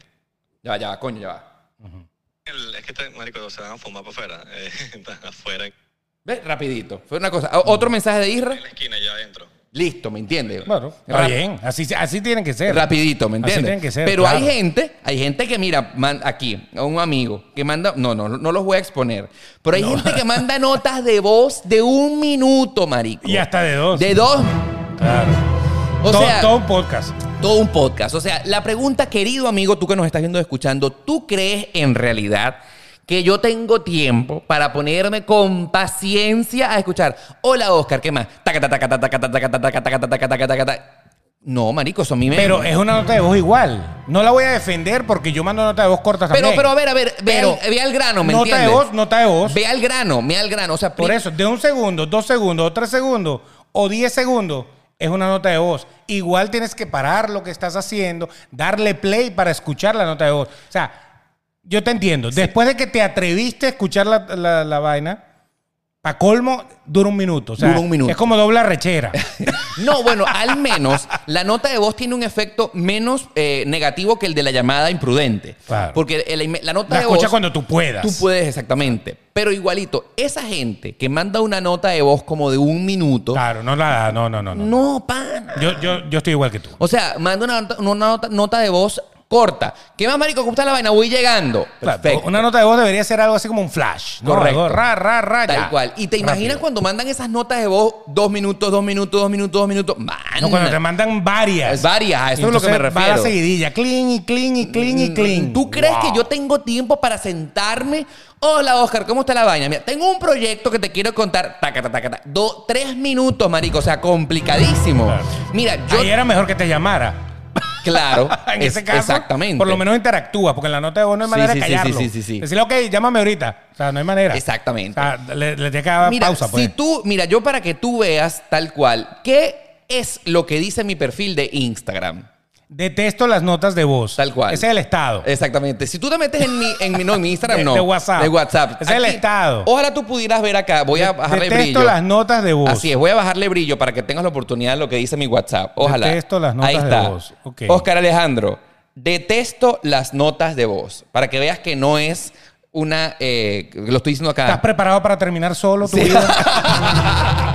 A: Ya va, ya va, coño, ya va.
C: el- es que está, marico, se van a fumar para afuera. Eh, están afuera en
A: Ve, rapidito. Fue una cosa. O-
B: Mm.
A: Otro mensaje de Isra.
C: la esquina, allá adentro.
A: Listo, ¿me entiendes?
B: Bueno, está
A: Ra-
B: bien. Así, así tienen que ser.
A: Rapidito, ¿me
B: Así
A: entiendes?
B: tienen que ser,
A: Pero hay
B: claro.
A: gente, hay gente que mira, man- aquí, a un amigo que manda, no, no, no los voy a exponer, pero hay gente que manda notas de voz de un minuto, marico.
B: Y hasta de dos.
A: De dos,
B: Claro.
A: o
B: todo,
A: sea,
B: todo
A: todo.
B: un podcast.
A: un podcast. O sea, la pregunta, querido amigo, tú que nos estás viendo y escuchando, ¿tú crees en realidad que yo tengo tiempo para ponerme con paciencia a escuchar? Hola, Oscar, ¿qué más? Taca, taca, taca, taca, taca, taca, taca, taca, taca, taca, taca, taca. No, marico, eso a mí me...
B: Pero es una nota de voz igual. No la voy a defender porque yo mando nota de voz cortas
A: Pero,
B: también.
A: pero a ver, a ver, ve,
B: Pero-
A: al, ve al grano, ¿me
B: nota
A: entiendes?
B: de voz, nota de voz.
A: Ve al grano, ve al grano. O sea,
B: Por
A: pri-
B: eso, de un segundo, dos segundos, o tres segundos, o diez segundos, es una nota de voz. Igual tienes que parar lo que estás haciendo, darle play para escuchar la nota de voz. O sea, yo te entiendo. Después de que te atreviste a escuchar la, la- la vaina, pa' colmo, dura un minuto. O sea,
A: Dura un minuto.
B: Es como dobla rechera.
A: No, bueno, al menos la nota de voz tiene un efecto menos eh, negativo que el de la llamada imprudente.
B: Claro.
A: Porque el- la nota
B: la
A: de
B: escucha
A: voz.
B: cuando tú puedas.
A: Tú puedes, exactamente. Pero igualito, esa gente que manda una nota de voz como de un minuto.
B: Claro, no la da, no, no, no. no.
A: No, pana.
B: Yo, yo, yo estoy igual que tú.
A: O sea, manda una, nota, una nota, nota de voz corta. ¿Qué más, marico? ¿Cómo está la vaina? Voy llegando.
B: Claro,
A: Perfecto.
B: una nota de voz debería ser algo así como un flash. ¿no?
A: Correcto.
B: Algo Ra, ra, ra,
A: Tal
B: ya.
A: cual. Y te imaginas
B: Rápido.
A: cuando mandan esas notas de voz, dos minutos, dos minutos, dos minutos, dos minutos. Man.
B: No, cuando te mandan varias.
A: Es varias, a eso es lo que me
B: Entonces, Va
A: refiero. Mm,
B: la seguidilla, clean y clean y clean y clean.
A: ¿Tú crees
B: Mm, Wow.
A: que yo tengo tiempo para sentarme? Hola, Oscar, ¿cómo está la vaina? Mira, tengo un proyecto que te quiero contar. Taca, taca, taca, taca. Do- tres minutos, marico. O sea, complicadísimo.
B: Claro.
A: Mira, yo...
B: Ahí era mejor que te llamara.
A: Claro.
B: En
A: es-
B: ese caso,
A: Exactamente.
B: por lo menos interactúa, porque en la nota de voz no hay
A: Sí,
B: manera
A: sí,
B: de
A: sí, sí,
B: callarlo.
A: sí, sí, sí.
B: Decirle, ok, llámame ahorita. O sea, no hay manera.
A: Exactamente.
B: O sea, le, le tiene que dar
A: Mira,
B: pausa, pues.
A: si tú, mira, yo para que tú veas tal cual, ¿qué es lo que dice mi perfil de Instagram?
B: Detesto las notas de voz.
A: Tal cual.
B: Ese es el estado.
A: Exactamente. Si tú te metes en mi, en mi, no, en mi Instagram,
B: De-
A: no.
B: de WhatsApp.
A: De WhatsApp.
B: Es el estado.
A: Ojalá tú pudieras ver acá. Voy a bajarle
B: Detesto
A: brillo.
B: las notas de voz.
A: Así es, voy a bajarle brillo para que tengas la oportunidad de lo que dice mi WhatsApp. Ojalá.
B: Detesto las notas
A: Ahí
B: de
A: está.
B: voz. Ok.
A: Oscar Alejandro, detesto las notas de voz. Para que veas que no es una. eh, lo estoy diciendo acá.
B: ¿Estás preparado para terminar solo tu
A: Sí.
B: vida?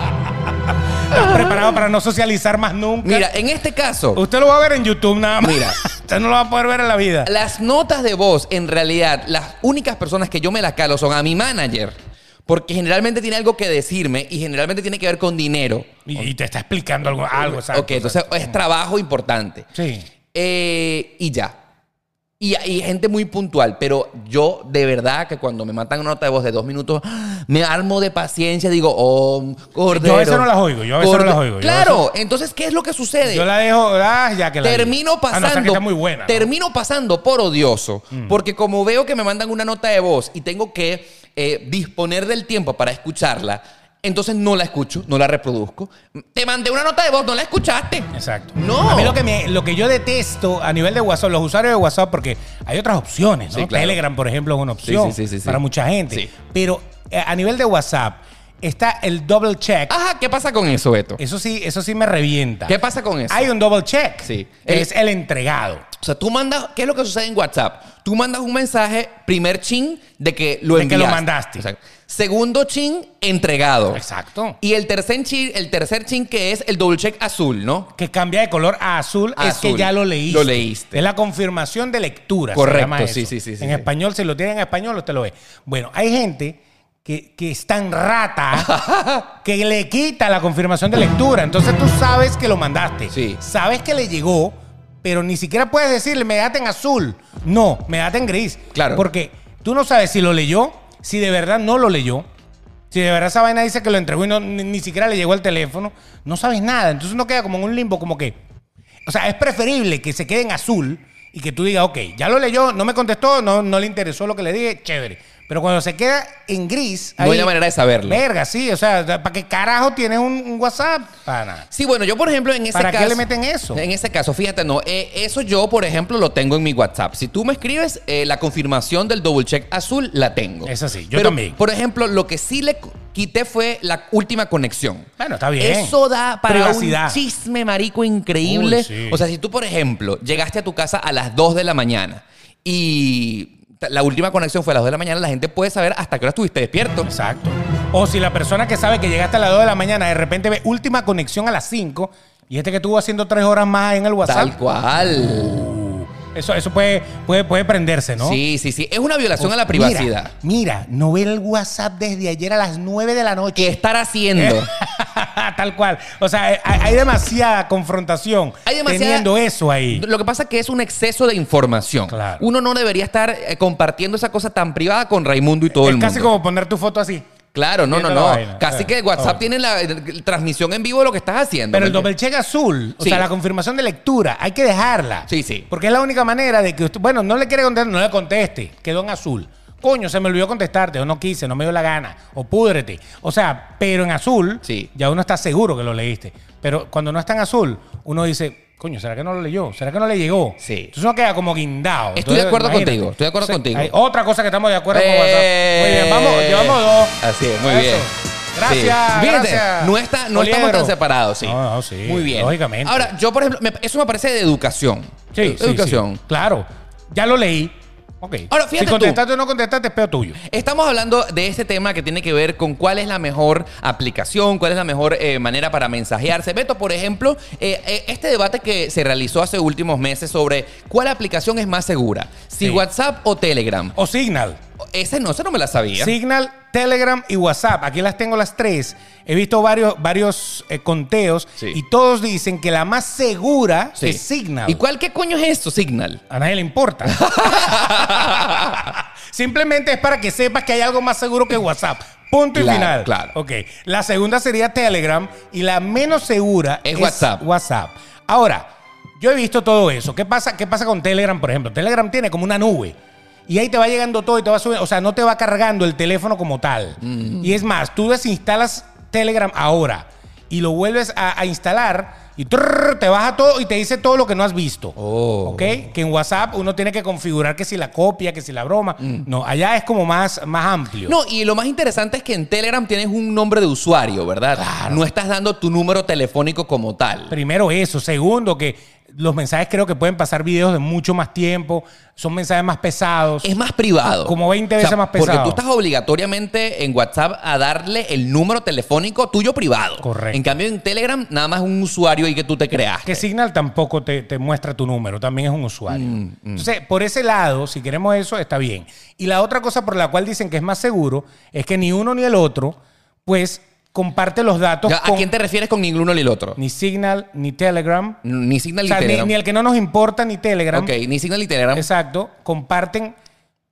B: ¿Estás preparado para no socializar más nunca?
A: Mira, en este caso.
B: Usted lo va a ver en YouTube nada más.
A: Mira.
B: Usted no lo va a poder ver en la vida.
A: Las notas de voz, en realidad, las únicas personas que yo me las calo son a mi manager. Porque generalmente tiene algo que decirme y generalmente tiene que ver con dinero.
B: Y, y te está explicando algo, algo exacto,
A: ok, entonces
B: exacto.
A: es trabajo importante.
B: Sí.
A: Eh, y ya. Y hay gente muy puntual, pero yo de verdad que cuando me matan una nota de voz de dos minutos, me armo de paciencia, digo, oh, cordero.
B: Yo a veces no las oigo, yo a veces no las oigo, yo a
A: Claro, entonces, ¿qué es lo que sucede?
B: Yo la dejo, ah, ya que la
A: eh, Termino
B: vi. A no
A: pasando.
B: ser que está muy buena. ¿no? Mm.
A: Termino pasando por odioso. Porque como veo que me mandan una nota de voz y tengo que eh, disponer del tiempo para escucharla, entonces no la escucho, no la reproduzco. Te mandé una nota de voz, no la escuchaste.
B: Exacto.
A: No.
B: A mí lo que, me- lo que yo detesto a nivel de WhatsApp, los usuarios de WhatsApp, porque hay otras opciones, ¿no?
A: Sí, claro.
B: Telegram, por ejemplo, es una opción
A: sí, sí, sí, sí.
B: para mucha gente.
A: Sí.
B: Pero eh, a nivel de WhatsApp está el double check.
A: Ajá, ¿qué pasa con eso, Beto?
B: Eso sí, eso sí me revienta.
A: Ah. ¿Qué pasa con eso?
B: Hay un double check.
A: Sí.
B: que
A: El-
B: es el entregado.
A: O sea, tú mandas, ¿qué es lo que sucede en WhatsApp? Tú mandas un mensaje, primer chin, de que lo
B: De que lo
A: enviaste.
B: mandaste.
A: Exacto. Segundo chin, entregado.
B: Exacto.
A: Y el tercer chin, el tercer chin que es el double check azul, ¿no?
B: Que cambia de color a azul, es
A: Azul.
B: que ya lo leíste.
A: Lo leíste.
B: Es la confirmación de lectura. se
A: Correcto,
B: llama eso.
A: sí, sí, sí, sí,
B: En
A: sí.
B: español, si lo tienen en español, usted lo ve. Bueno, hay gente que, que es tan rata que le quita la confirmación de lectura. Entonces tú sabes que lo mandaste.
A: Sí.
B: Sabes que le llegó, pero ni siquiera puedes decirle, me date en azul. No, me date en gris.
A: Claro.
B: Porque tú no sabes si lo leyó, si de verdad no lo leyó. Si de verdad esa vaina dice que lo entregó y no- ni, ni siquiera le llegó el teléfono, no sabes nada. Entonces uno queda como en un limbo, como que. O sea, es preferible que se quede en azul y que tú digas, ok, ya lo leyó, no me contestó, no, no le interesó lo que le dije, chévere. Pero cuando se queda en gris.
A: No hay una manera de saberlo.
B: Verga, sí. O sea, ¿para qué carajo tienes un, un WhatsApp? Pana.
A: Sí, bueno, yo por ejemplo en ese
B: ¿Para qué
A: caso.
B: le meten eso?
A: En ese caso, fíjate, no. eh, eso yo, por ejemplo, lo tengo en mi WhatsApp. Si tú me escribes eh, la confirmación del double check azul, la tengo.
B: Eso sí, yo
A: Pero,
B: también.
A: Por ejemplo, lo que sí le quité fue la última conexión.
B: Bueno, está bien.
A: Eso da para
B: Privacidad.
A: un chisme marico increíble.
B: Uy, sí.
A: O sea, si tú, por ejemplo, llegaste a tu casa a las 2 de la mañana y t- la última conexión fue a las 2 de la mañana, la gente puede saber hasta qué hora estuviste despierto.
B: Exacto. O si la persona que sabe que llegaste a las 2 de la mañana de repente ve última conexión a las 5 y este que estuvo haciendo 3 horas más en el WhatsApp.
A: Tal cual.
B: Eso, eso puede, puede, puede prenderse, ¿no?
A: Sí, sí, sí. Es una violación a la
B: Mira,
A: privacidad.
B: Mira, no ver el WhatsApp desde ayer a las 9 de la
A: ¿Qué
B: noche. Ah,
A: estar haciendo?
B: Tal cual. O sea, eh, hay, hay demasiada confrontación
A: Hay demasiada-
B: teniendo eso ahí.
A: Lo que pasa es que es un exceso de información.
B: Claro.
A: Uno no debería estar eh, compartiendo esa cosa tan privada con Raimundo y todo
B: es
A: el mundo.
B: casi como poner tu foto así.
A: Claro, no, no,
B: Viendo la
A: no.
B: vaina.
A: Casi
B: Ah,
A: que WhatsApp
B: ah,
A: tiene la eh, transmisión en vivo de lo que estás haciendo.
B: Pero el
A: ¿me entiendes?
B: double check azul, o
A: Sí.
B: sea, la confirmación de lectura, hay que dejarla.
A: Sí, sí.
B: Porque es la única manera de que usted, bueno, no le quiere contestar, no le conteste, quedó en azul. Coño, se me olvidó contestarte, o no quise, no me dio la gana, o púdrete. O sea, pero en azul,
A: Sí.
B: ya uno está seguro que lo leíste. Pero cuando no está en azul, uno dice, coño, ¿será que no lo leyó? ¿Será que no le llegó?
A: Sí.
B: Entonces uno queda como guindado.
A: Estoy de acuerdo contigo, estoy de acuerdo contigo.
B: hay otra cosa que estamos de acuerdo con
A: Eh.
B: WhatsApp. Muy bien, vamos, llevamos dos.
A: Así es, muy
B: Eso.
A: bien.
B: Gracias,
A: Sí. Fíjate,
B: gracias.
A: no, está, no estamos
B: Oliero.
A: tan separados, sí.
B: No, no, sí,
A: Muy bien.
B: lógicamente.
A: Ahora, yo, por ejemplo, me- eso me parece de educación.
B: Sí, sí,
A: Educación.
B: sí. Claro. Ya lo leí. Ok.
A: Ahora, fíjate
B: si
A: tú.
B: contestaste o no contestaste, es peo tuyo.
A: Estamos hablando de este tema que tiene que ver con cuál es la mejor aplicación, cuál es la mejor eh, manera para mensajearse. Beto, por ejemplo, eh, eh, este debate que se realizó hace últimos meses sobre cuál aplicación es más segura, si
B: Sí.
A: WhatsApp o Telegram.
B: O Signal.
A: Ese no, ese no me la sabía.
B: Signal, Telegram y WhatsApp. Aquí las tengo las tres. He visto varios, varios eh, conteos
A: Sí.
B: y todos dicen que la más segura
A: Sí.
B: es Signal.
A: ¿Y cuál qué coño es esto, Signal?
B: A nadie le importa. Simplemente es para que sepas que hay algo más seguro que WhatsApp. Punto
A: Claro,
B: y final.
A: claro.
B: Ok. La segunda sería Telegram y la menos segura
A: Es WhatsApp.
B: WhatsApp. Ahora, yo he visto todo eso. ¿Qué pasa, ¿Qué pasa con Telegram, por ejemplo? Telegram tiene como una nube. Y ahí te va llegando todo y te va subiendo. O sea, no te va cargando el teléfono como tal.
A: Mm.
B: Y es más, tú desinstalas Telegram ahora y lo vuelves a, a instalar y trrr, te baja todo y te dice todo lo que no has visto.
A: Oh.
B: ¿Ok? Que en WhatsApp uno tiene que configurar que si la copia, que si la broma. No, allá es como más, más amplio.
A: Mm. No, y lo más interesante es que en Telegram tienes un nombre de usuario, ¿verdad? No estás dando tu número telefónico como tal.
B: Primero eso. Segundo, que los mensajes creo que pueden pasar videos de mucho más tiempo. Son mensajes más pesados.
A: Es más privado.
B: Como 20 veces más
A: Porque
B: pesado.
A: tú estás obligatoriamente en WhatsApp a darle el número telefónico tuyo privado.
B: Correcto.
A: En cambio, en Telegram, nada más un usuario y que tú te creas.
B: Que Signal tampoco te, te muestra tu número, también es un usuario.
A: Mm,
B: Entonces, por ese lado, si queremos eso, está bien. Y la otra cosa por la cual dicen que es más seguro es que ni uno ni el otro, pues comparte los datos
A: Ya, ¿A
B: con
A: quién te refieres con ninguno ni el otro? Ni,
B: ni Signal, ni Telegram.
A: Signal
B: O
A: ni
B: sea, ni,
A: Telegram.
B: ni el que no nos importa, ni Telegram.
A: Ok, ni Signal ni Telegram.
B: Exacto. Comparten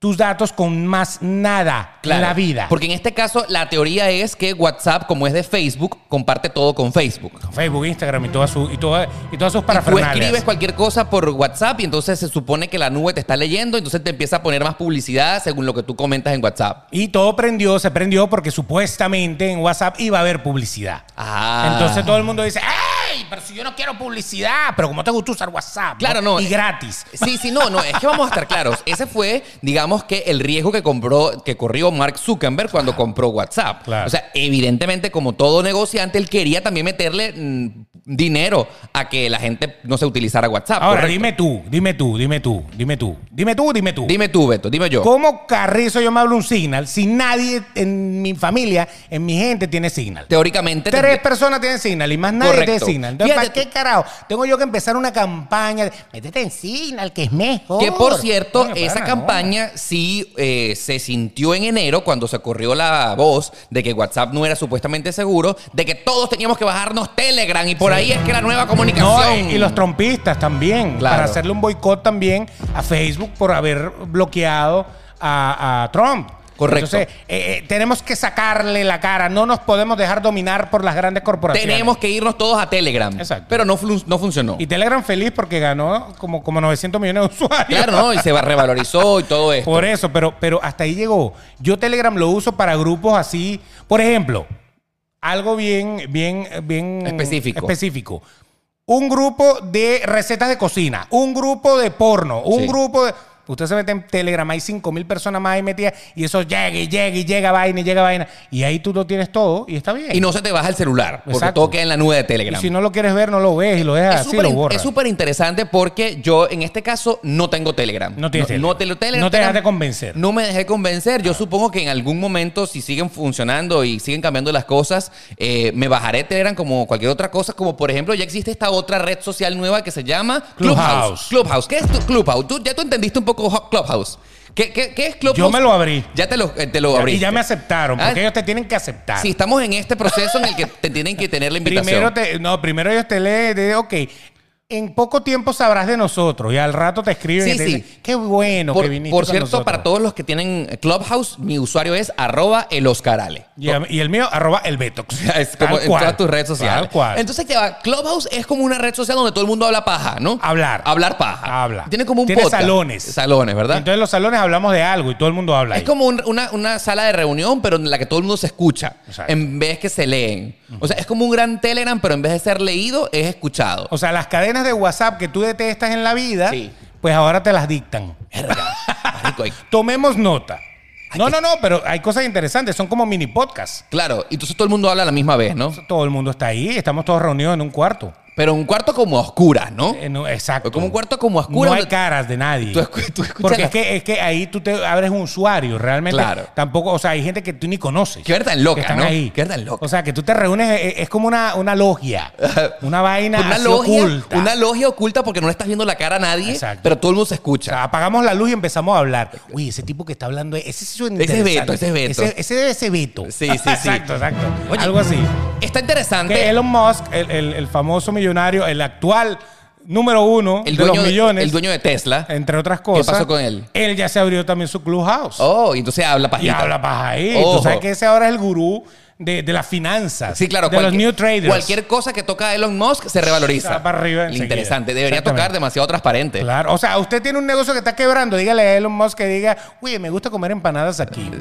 B: tus datos con más nada
A: Claro,
B: en la vida.
A: Porque en este caso la teoría es que WhatsApp, como es de Facebook, comparte todo con Facebook.
B: Facebook, Instagram y todas sus y todas y todas sus
A: Y tú
B: parafernalias.
A: escribes cualquier cosa por WhatsApp y entonces se supone que la nube te está leyendo, entonces te empieza a poner más publicidad según lo que tú comentas en WhatsApp.
B: Y todo prendió, se prendió porque supuestamente en WhatsApp iba a haber publicidad.
A: Ah.
B: Entonces todo el mundo dice, ¡Ey! Pero si yo no quiero publicidad, pero como te gusta usar WhatsApp.
A: Claro, no.
B: Y
A: eh,
B: gratis.
A: Sí, sí, no, no, es que vamos a estar claros. Ese fue, digamos que el riesgo que compró, que corrió Mark Zuckerberg cuando compró WhatsApp.
B: Claro.
A: O sea, evidentemente, como todo negociante, él quería también meterle mm, dinero a que la gente no se utilizara WhatsApp.
B: Ahora,
A: ah, correcto.
B: dime tú, dime tú, dime tú, dime tú, dime tú, dime tú.
A: Dime tú, Beto, dime yo.
B: ¿Cómo carrizo yo me hablo un Signal si nadie en mi familia, en mi gente tiene Signal?
A: Teóricamente.
B: Tres
A: tendría-
B: personas tienen Signal y más nadie
A: Correcto.
B: tiene Signal. Entonces,
A: Fíjate
B: ¿para qué carajo? Tengo yo que empezar una campaña. de, Métete en Signal, que es mejor.
A: Que por cierto,
B: Coño,
A: esa
B: pana,
A: campaña sí eh, se sintió en enero cuando se corrió la voz de que WhatsApp no era supuestamente seguro, de que todos teníamos que bajarnos Telegram y por ahí es que la nueva
B: No,
A: comunicación.
B: y, y los trompistas también.
A: Claro.
B: Para hacerle un boicot también a Facebook por haber bloqueado a, a Trump.
A: Correcto.
B: Entonces, eh, eh, tenemos que sacarle la cara. No nos podemos dejar dominar por las grandes corporaciones.
A: Tenemos que irnos todos a Telegram.
B: Exacto.
A: Pero no, flu- no funcionó.
B: Y Telegram feliz porque ganó como, como 900 millones de usuarios.
A: claro, no, y se va- revalorizó y todo esto.
B: Por eso, pero, pero hasta ahí llegó. Yo Telegram lo uso para grupos así. Por ejemplo, algo bien, bien, bien
A: Específico.
B: específico. Un grupo de recetas de cocina, un grupo de porno, un
A: Sí.
B: grupo de. Usted se mete en Telegram, hay 5.000 personas más ahí metidas y eso llega y llega y llega vaina y llega vaina. Y ahí tú lo tienes todo y está bien.
A: Y no se te baja el celular, porque
B: Exacto.
A: todo queda en la nube de
B: Y
A: Telegram.
B: si no lo quieres ver, no lo ves y lo dejas
A: Es
B: así y Ah, lo
A: súper
B: borras.
A: es súper interesante porque yo en este caso no tengo Telegram.
B: No tienes Telegram.
A: No, te- Telegram-
B: No te dejaste
A: Telegram-
B: convencer. Ah.
A: No me dejé convencer. Yo supongo que en algún momento, si siguen funcionando y siguen cambiando las cosas, eh, me bajaré Telegram como cualquier otra cosa. Como por ejemplo, ya existe esta otra red social nueva que se llama Clubhouse.
B: Clubhouse.
A: Clubhouse. ¿Qué es tu Clubhouse? ¿Tú, ya tú entendiste un poco ho- Clubhouse. ¿Qué, qué- qué es Clubhouse?
B: me lo abrí.
A: Ya te lo, eh, te lo
B: y
A: abriste.
B: ya me aceptaron, porque
A: Ah.
B: ellos te tienen que aceptar.
A: Sí, estamos en este proceso en el que te tienen que tener la invitación.
B: Primero te, no, primero ellos te leen, te dicen, ok, en poco tiempo sabrás de nosotros y al rato te escriben
A: Sí,
B: y te
A: sí.
B: dicen, qué bueno
A: por,
B: que viniste
A: por
B: con
A: cierto,
B: nosotros".
A: para todos los que tienen Clubhouse, mi usuario es arroba el Oscarale.
B: Y, a- y el mío, arroba el Betox.
A: Es como
B: Tal
A: en
B: cual.
A: todas tus redes sociales.
B: Tal cual.
A: Entonces, ya va, Clubhouse es como una red social donde todo el mundo habla paja, ¿no?
B: Hablar.
A: Hablar paja.
B: Habla.
A: Tiene como un
B: Tiene
A: podcast.
B: salones.
A: Salones, ¿verdad?
B: Entonces en los salones hablamos de algo y todo el mundo habla.
A: es
B: ahí.
A: como un- una, una sala de reunión, pero en la que todo el mundo se escucha,
B: Exacto.
A: en vez que se leen. O sea, es como un gran Telegram, pero en vez de ser leído, es escuchado.
B: O sea, las cadenas de WhatsApp que tú detestas en la vida,
A: Sí.
B: pues ahora te las dictan.
A: Verga, marico, hay-
B: Tomemos nota. No, no, no, pero hay cosas interesantes, son como mini podcasts.
A: Claro, y entonces todo el mundo habla a la misma vez, ¿no?
B: Todo el mundo está ahí, estamos todos reunidos en un cuarto.
A: Pero un cuarto como a oscuras, ¿no?
B: Eh, no, exacto.
A: Como un cuarto como a oscuras.
B: No hay
A: donde-
B: caras de nadie.
A: Tú escu- tú escuchas
B: Porque
A: la-
B: es que, es que ahí tú te abres un usuario, realmente.
A: Claro.
B: Tampoco, o sea, hay gente que tú ni conoces.
A: Qué verdad tan
B: que
A: loca,
B: están
A: ¿no?
B: ahí.
A: Qué verdad tan loca.
B: O sea, que tú te reúnes, eh, eh, es, como una, una logia. Una vaina
A: una
B: así
A: logia,
B: oculta.
A: una logia oculta porque no le estás viendo la cara a nadie,
B: Exacto.
A: pero todo el mundo se
B: O sea,
A: escucha.
B: apagamos la luz y empezamos a hablar. Uy, ese tipo que está hablando, ese suena
A: Ese es Beto,
B: interesante.
A: ese es Beto.
B: Ese, ese debe ser Beto.
A: Sí, sí, sí.
B: exacto, exacto.
A: Oye,
B: Algo así.
A: Está interesante.
B: Que Elon Musk, el, el- el famoso millonario, el actual número uno
A: el
B: de
A: dueño
B: los millones.
A: el dueño de Tesla.
B: entre otras cosas.
A: pasó con él?
B: Él ya se abrió también su clubhouse.
A: Oh, y entonces habla
B: y
A: pajita.
B: habla paja ahí.
A: Ojo.
B: Tú sabes que ese ahora es el gurú de, de las finanzas.
A: Sí, claro.
B: De los
A: cualquier-
B: new traders.
A: Cualquier cosa que toca Elon Musk se revaloriza.
B: Va para arriba enseguida.
A: Interesante. Debería
B: Exactamente.
A: tocar demasiado transparente.
B: Claro. O sea, usted tiene un negocio que está quebrando. Dígale a Elon Musk que diga, oye, me gusta comer empanadas aquí.
A: Sí,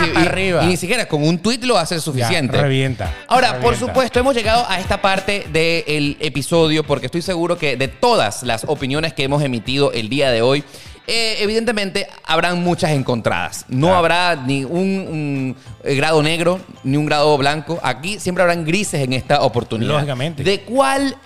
A: sí,
B: Para
A: y-
B: arriba.
A: Y ni siquiera con un tuit lo hace
B: Ya,
A: suficiente.
B: revienta.
A: Ahora, por
B: Revienta.
A: supuesto, hemos llegado a esta parte del episodio porque estoy seguro que de todas las opiniones que hemos emitido el día de hoy, eh, evidentemente habrán muchas encontradas. No
B: Claro.
A: habrá ni un, un, eh, grado negro ni un grado blanco. Aquí siempre habrán grises en esta oportunidad.
B: Lógicamente.
A: ¿De cuál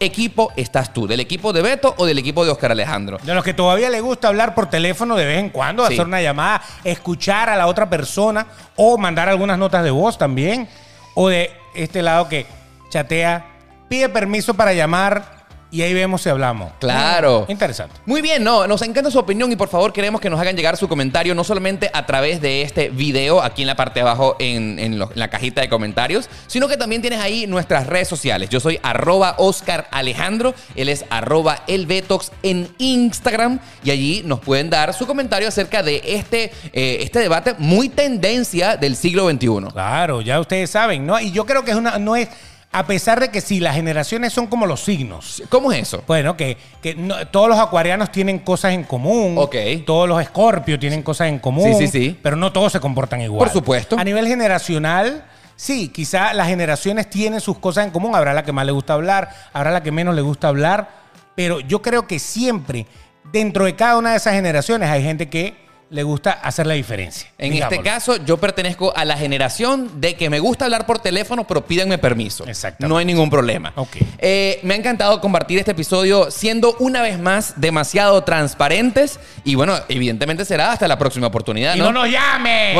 A: equipo estás tú? ¿Del equipo de Beto o del equipo de Oscar Alejandro?
B: De los que todavía le gusta hablar por teléfono de vez en cuando,
A: Sí.
B: hacer una llamada, escuchar a la otra persona o mandar algunas notas de voz también. O de este lado que chatea, pide permiso para llamar, y ahí vemos si hablamos. Mm,
A: Claro.
B: Interesante.
A: Muy bien, no, nos encanta su opinión y por favor queremos que nos hagan llegar su comentario no solamente a través de este video aquí en la parte de abajo en, en lo- en la cajita de comentarios, sino que también tienes ahí nuestras redes sociales. Yo soy arroba Oscar Alejandro, él es arroba el Betox en Instagram y allí nos pueden dar su comentario acerca de este, eh, este debate muy tendencia del siglo XXI.
B: Claro, ya ustedes saben, ¿no? Y yo creo que es una, no es, a pesar de que sí, las generaciones son como los signos.
A: ¿Cómo es eso?
B: Bueno, que, que no- todos los acuarianos tienen cosas en común.
A: Ok.
B: Todos los escorpios tienen cosas en común.
A: Sí, sí, sí.
B: Pero no todos se comportan igual.
A: Por supuesto.
B: A nivel generacional, sí, quizá las generaciones tienen sus cosas en común. Habrá la que más le gusta hablar, habrá la que menos le gusta hablar. Pero yo creo que siempre, dentro de cada una de esas generaciones, hay gente que le gusta hacer la diferencia.
A: En
B: digámoslo.
A: este caso, yo pertenezco a la generación de que me gusta hablar por teléfono, pero pídanme permiso.
B: Exactamente.
A: No hay ningún problema.
B: Ok.
A: Eh, me ha encantado compartir este episodio siendo una vez más demasiado transparentes. Y bueno, evidentemente será hasta la próxima oportunidad,
B: ¡Y no nos llamen!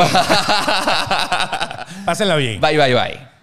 B: Pásenla bien.
A: bye, bye, bye.